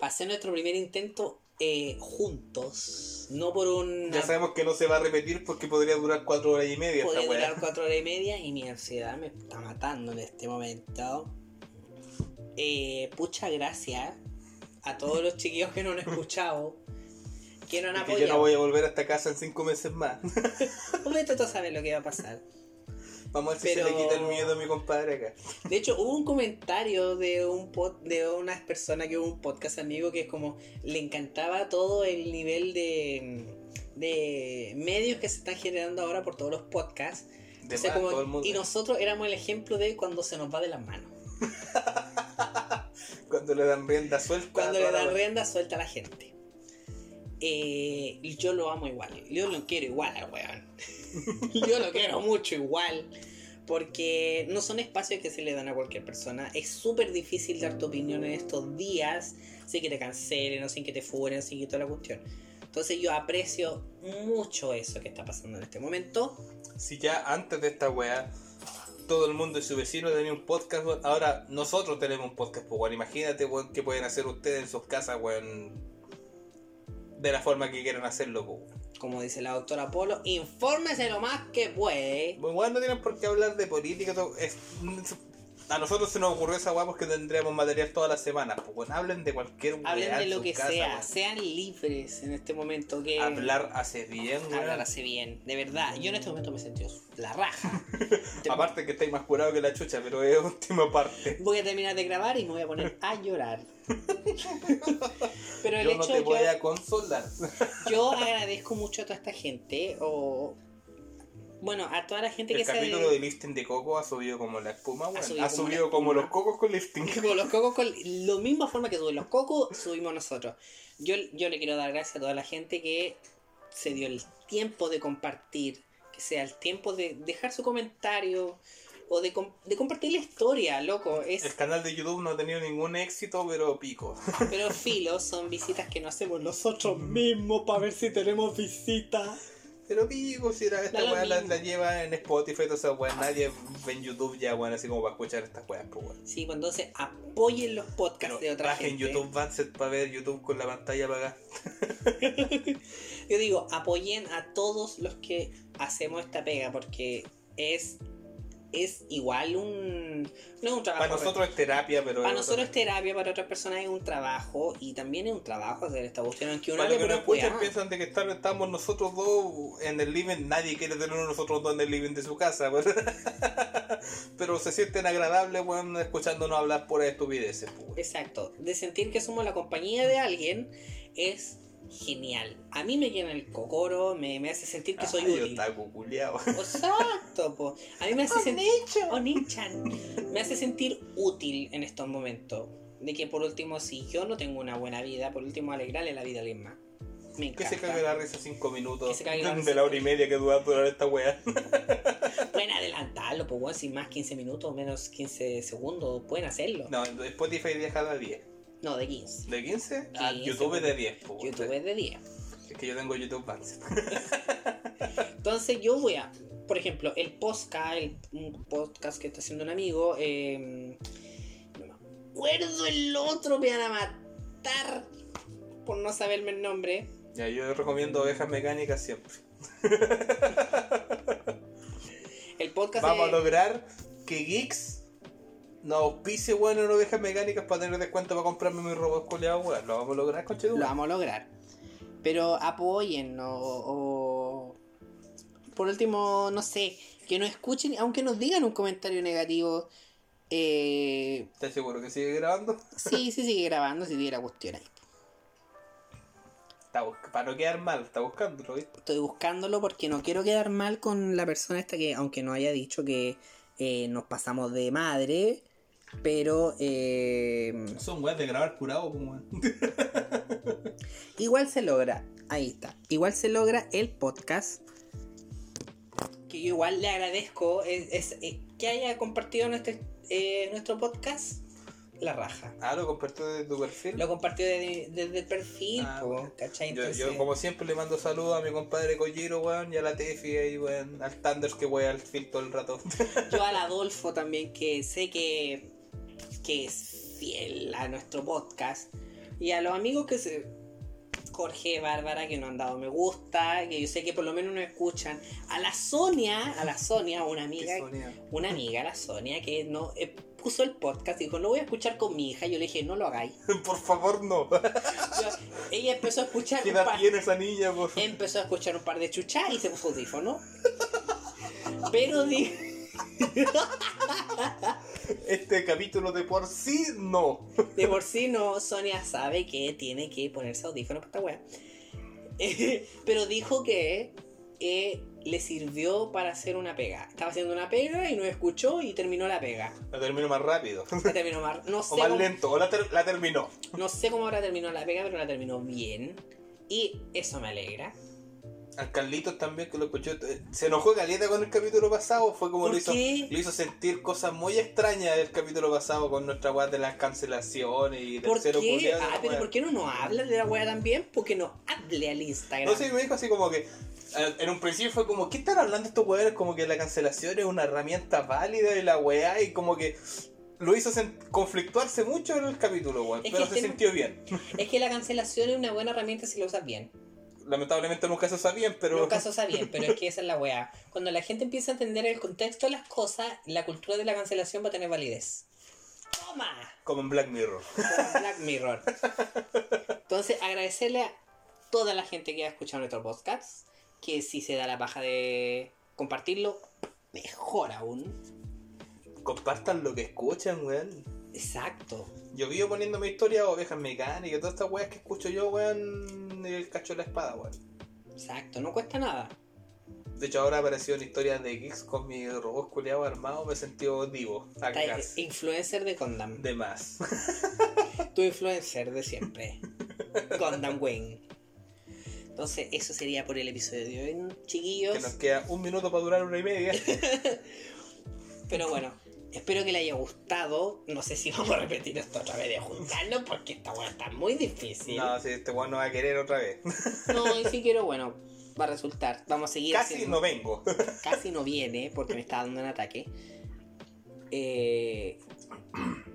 S1: Pasé nuestro primer intento eh, juntos. No por un.
S2: Ya sabemos que no se va a repetir porque podría durar cuatro horas y media
S1: Podía
S2: esta weá.
S1: durar cuatro horas y media y mi ansiedad me está matando en este momento. Eh, pucha gracias a todos los chiquillos que no han escuchado, que no han
S2: Y que yo no
S1: apoyado.
S2: voy a volver a esta casa en cinco meses más.
S1: Vete tú a saber lo que va a pasar.
S2: Vamos a ver si
S1: Pero-
S2: se le quita el miedo a mi compadre acá.
S1: De hecho, hubo un comentario de un pod- de unas personas que hubo un podcast amigo que es como le encantaba todo el nivel de, de medios que se están generando ahora por todos los podcasts.
S2: De
S1: O sea,
S2: más,
S1: como-
S2: todo el mundo.
S1: y nosotros éramos el ejemplo de cuando se nos va de las manos.
S2: Cuando le dan rienda suelta.
S1: Cuando le
S2: toda la-
S1: dan rienda suelta a la gente. Eh, y yo lo amo igual. Yo lo quiero igual al weón. yo lo quiero mucho igual. Porque no son espacios que se le dan a cualquier persona. Es súper difícil dar tu opinión en estos días sin que te cancelen o sin que te furen, sin que toda la cuestión. Entonces yo aprecio mucho eso que está pasando en este momento.
S2: Si ya antes de esta weá, todo el mundo y su vecino tenía un podcast, weón, ahora nosotros tenemos un podcast, pues, weón. Imagínate, weón, qué pueden hacer ustedes en sus casas, weón. De la forma que quieran hacerlo, pues, weón.
S1: Como dice la doctora Polo, infórmese lo más que puede.
S2: Bueno, Pues, weón, no tienen por qué hablar de política. todo- es- A nosotros se nos ocurrió esa weá porque tendríamos material todas las semanas, pues, weón. Hablen de cualquier weá.
S1: Hablen de
S2: en
S1: lo
S2: su
S1: que
S2: casa,
S1: sea,
S2: weón.
S1: sean libres en este momento que
S2: Hablar hace bien, weón.
S1: hablar hace bien, de verdad. Yo en este momento me sentí la raja. Te-
S2: Aparte que estáis más curado que la chucha, pero es última parte.
S1: Voy a terminar de grabar y me voy a poner a llorar. Pero el
S2: Yo
S1: hecho
S2: no te
S1: yo,
S2: voy a consolar.
S1: yo agradezco mucho a toda esta gente o bueno, a toda la gente
S2: El
S1: que se
S2: capítulo de lifting de coco ha subido como la espuma, weón. Ha
S1: subido
S2: subido,
S1: como la espuma.
S2: como, los cocos con lifting.
S1: Como los cocos con la misma forma que suben los cocos, subimos nosotros. Yo, yo le quiero dar gracias a toda la gente que se dio el tiempo de compartir, que sea el tiempo de dejar su comentario o de, com- de compartir la historia, loco.
S2: El
S1: Es,
S2: canal de YouTube no ha tenido ningún éxito, pero pico.
S1: pero filo, son visitas que no hacemos nosotros mismos para ver si tenemos visitas.
S2: Pero pico, si la, esta
S1: Da lo
S2: weá la,
S1: mismo.
S2: la lleva en Spotify, toda esa weá, nadie ve en YouTube ya, weón, así como para escuchar estas weas, pues weón.
S1: Sí, pues entonces apoyen los podcasts
S2: Pero
S1: de otra
S2: bajen
S1: gente. Ah,
S2: YouTube Adset para ver YouTube con la pantalla apagada.
S1: Yo digo, apoyen a todos los que hacemos esta pega porque es, es igual un... No es un trabajo.
S2: Para nosotros es terapia, pero.
S1: Para nosotros es terapia, para otras personas es un trabajo y también es un trabajo hacer esta cuestión en que uno
S2: Para los
S1: hable
S2: que nos
S1: puras
S2: escuchan
S1: weas.
S2: piensan de que estar- estamos nosotros dos en el living, nadie quiere tener uno de nosotros dos en el living de su casa, pero, pero se sienten agradables weón, escuchándonos hablar por estupideces. pues, weón.
S1: Exacto. De sentir que somos la compañía de alguien es genial. A mí me llena el cocoro, me, me hace sentir que soy
S2: Ay,
S1: útil.
S2: otaku, culiao.
S1: Exacto, po. A mí me hace sentir. Oni-chan. Me hace sentir útil en estos momentos. De que por último, si yo no tengo una buena vida, por último, alegrarle la vida a alguien más. Me
S2: Que
S1: encanta.
S2: se cague la risa cinco minutos
S1: Que se cague la risa.
S2: de la hora y media que dura durar esta weá.
S1: Pueden adelantarlo, pues, bueno, sin más 15 minutos, menos 15 segundos, pueden hacerlo. No,
S2: No, Spotify deja de 10.
S1: de 15.
S2: ¿De 15? Ah,
S1: 15,
S2: YouTube es de 10. pues, weón.
S1: YouTube es de 10.
S2: Es que yo tengo YouTube Adset.
S1: Entonces yo voy a, por ejemplo, el podcast, el un podcast que está haciendo un amigo, eh, no me acuerdo el otro, me van a matar por no saberme el nombre.
S2: Ya, yo recomiendo ovejas mecánicas siempre.
S1: El podcast
S2: Vamos a
S1: es-
S2: lograr que Geeks nos auspicie bueno en ovejas mecánicas para tener descuento para comprarme mi robot coleado, weón. Lo vamos a lograr, conchetumare.
S1: lo vamos a lograr. Pero apoyen o, o- por último, no sé, que nos escuchen, aunque nos digan un comentario negativo. Eh,
S2: ¿Estás seguro que sigue grabando?
S1: sí, sí, sigue grabando si diera cuestión ahí.
S2: Está bus- para no quedar mal, está buscándolo, ¿viste?
S1: Estoy buscándolo porque no quiero quedar mal con la persona esta que, aunque no haya dicho que eh, nos pasamos de madre, pero eh,
S2: Son weas de grabar curado, pues, weón.
S1: Igual se logra, ahí está. Igual se logra el podcast. Que yo igual le agradezco es, es- eh, que haya compartido nuestro, eh, nuestro podcast. La raja.
S2: Ah, lo compartió de tu perfil.
S1: Lo compartió desde, desde el perfil,
S2: Ah,
S1: po,
S2: bueno.
S1: ¿cachai?
S2: Yo,
S1: Entonces,
S2: yo, como siempre, le mando saludos a mi compadre Collero, weón, y a la Tefi, ahí, weón, al Thunders que wea al fil todo el rato.
S1: yo al Adolfo también, que sé que, que es fiel a nuestro podcast. Y a los amigos que se. Jorge, Bárbara, que no han dado me gusta, que yo sé que por lo menos nos escuchan. A la Sonia, a la Sonia, una amiga
S2: Qué sonido.
S1: una amiga, la Sonia, que no eh, puso el podcast y dijo, no voy a escuchar con mi hija. Yo le dije, no lo hagáis.
S2: Por favor, no.
S1: Yo- ella empezó a escuchar
S2: ¿Qué
S1: un
S2: edad
S1: par,
S2: tiene esa niña, por
S1: empezó a escuchar un par de chuchas y se puso audífono. Pero di-
S2: Este capítulo de por sí, no.
S1: de por sí no, Sonia sabe que tiene que ponerse audífono para esta wea. Eh, pero dijo que eh, le sirvió para hacer una pega. Estaba haciendo una pega y no escuchó y terminó la pega.
S2: La termino más rápido.
S1: La terminó más- no sé
S2: O más
S1: cómo-
S2: lento. O la, ter- la terminó.
S1: No sé cómo habrá terminado la pega, pero la terminó bien. Y eso me alegra.
S2: Al Carlitos también, que lo escuchó. eh, Se enojó Caleta con el capítulo pasado. Fue como lo
S1: ¿Por
S2: hizo,
S1: qué?
S2: lo hizo sentir cosas muy extrañas el capítulo pasado con nuestra weá de las cancelaciones y del
S1: ¿Por
S2: cero
S1: qué?
S2: culiado,
S1: Ah, pero
S2: weá.
S1: ¿por qué no nos habla de la wea también? Porque nos hable al Instagram.
S2: No sé, me dijo así como que. eh, En un principio fue como, ¿qué están hablando estos weones? Como que la cancelación es una herramienta válida y la weá, y como que lo hizo sen- conflictuarse mucho en el capítulo, weón.
S1: Es que
S2: Pero
S1: el
S2: se
S1: tema-
S2: sintió bien.
S1: Es que la cancelación es una buena herramienta si la usas bien.
S2: Lamentablemente nunca se sabían, pero.
S1: Nunca se usa bien, pero es que esa es la wea. Cuando la gente empieza a entender el contexto de las cosas, la cultura de la cancelación va a tener validez. ¡Toma!
S2: Como en Black Mirror.
S1: Black Mirror. Entonces, agradecerle a toda la gente que ha escuchado nuestro podcast, que si se da la paja de compartirlo, mejor aún.
S2: Compartan lo que escuchan, weón.
S1: Exacto.
S2: Yo vivo poniéndome historia ovejas mecánicas, todas estas weas que escucho yo, weón, el cacho de la espada, weón.
S1: Exacto, no cuesta nada.
S2: De hecho, ahora apareció una historia de Geeks con mi robot culeado armado, me he sentido divo.
S1: Ta-
S2: a gas.
S1: Influencer de Condam.
S2: De más.
S1: Tu influencer de siempre. Condam Wayne. Entonces, eso sería por el episodio de hoy,
S2: que nos
S1: chiquillos.
S2: queda un minuto para durar una y media.
S1: Pero bueno, espero que le haya gustado. No sé si vamos a repetir esto otra vez de juntarnos, porque esta weá está muy difícil.
S2: No, si este weón no va a querer otra vez.
S1: No, y si quiero, bueno, va a resultar. Vamos a seguir.
S2: Casi
S1: haciendo-
S2: no vengo.
S1: Casi no viene porque me está dando un ataque. Eh,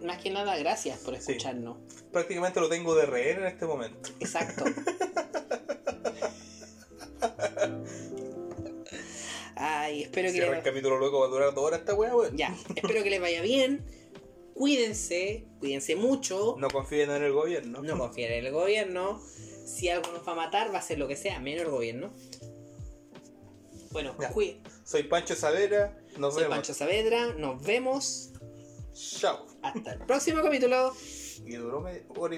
S1: más que nada, gracias por
S2: Sí.
S1: escucharnos.
S2: Prácticamente lo tengo de rehén en este momento.
S1: Exacto. Ay, espero que,
S2: Cierra
S1: les,
S2: el capítulo luego, va a durar dos horas esta wea, weón.
S1: ya, espero que les vaya bien. Cuídense, cuídense mucho.
S2: No confíen en el gobierno.
S1: No confíen en el gobierno. Si algo nos va a matar, va a ser lo que sea, menos el gobierno. Bueno,
S2: Ya.
S1: cuí-
S2: Soy Pancho Savera. Nos
S1: soy
S2: vemos.
S1: Pancho Saavedra. Nos vemos
S2: Chao.
S1: hasta el próximo capítulo.
S2: Y duró media hora y media.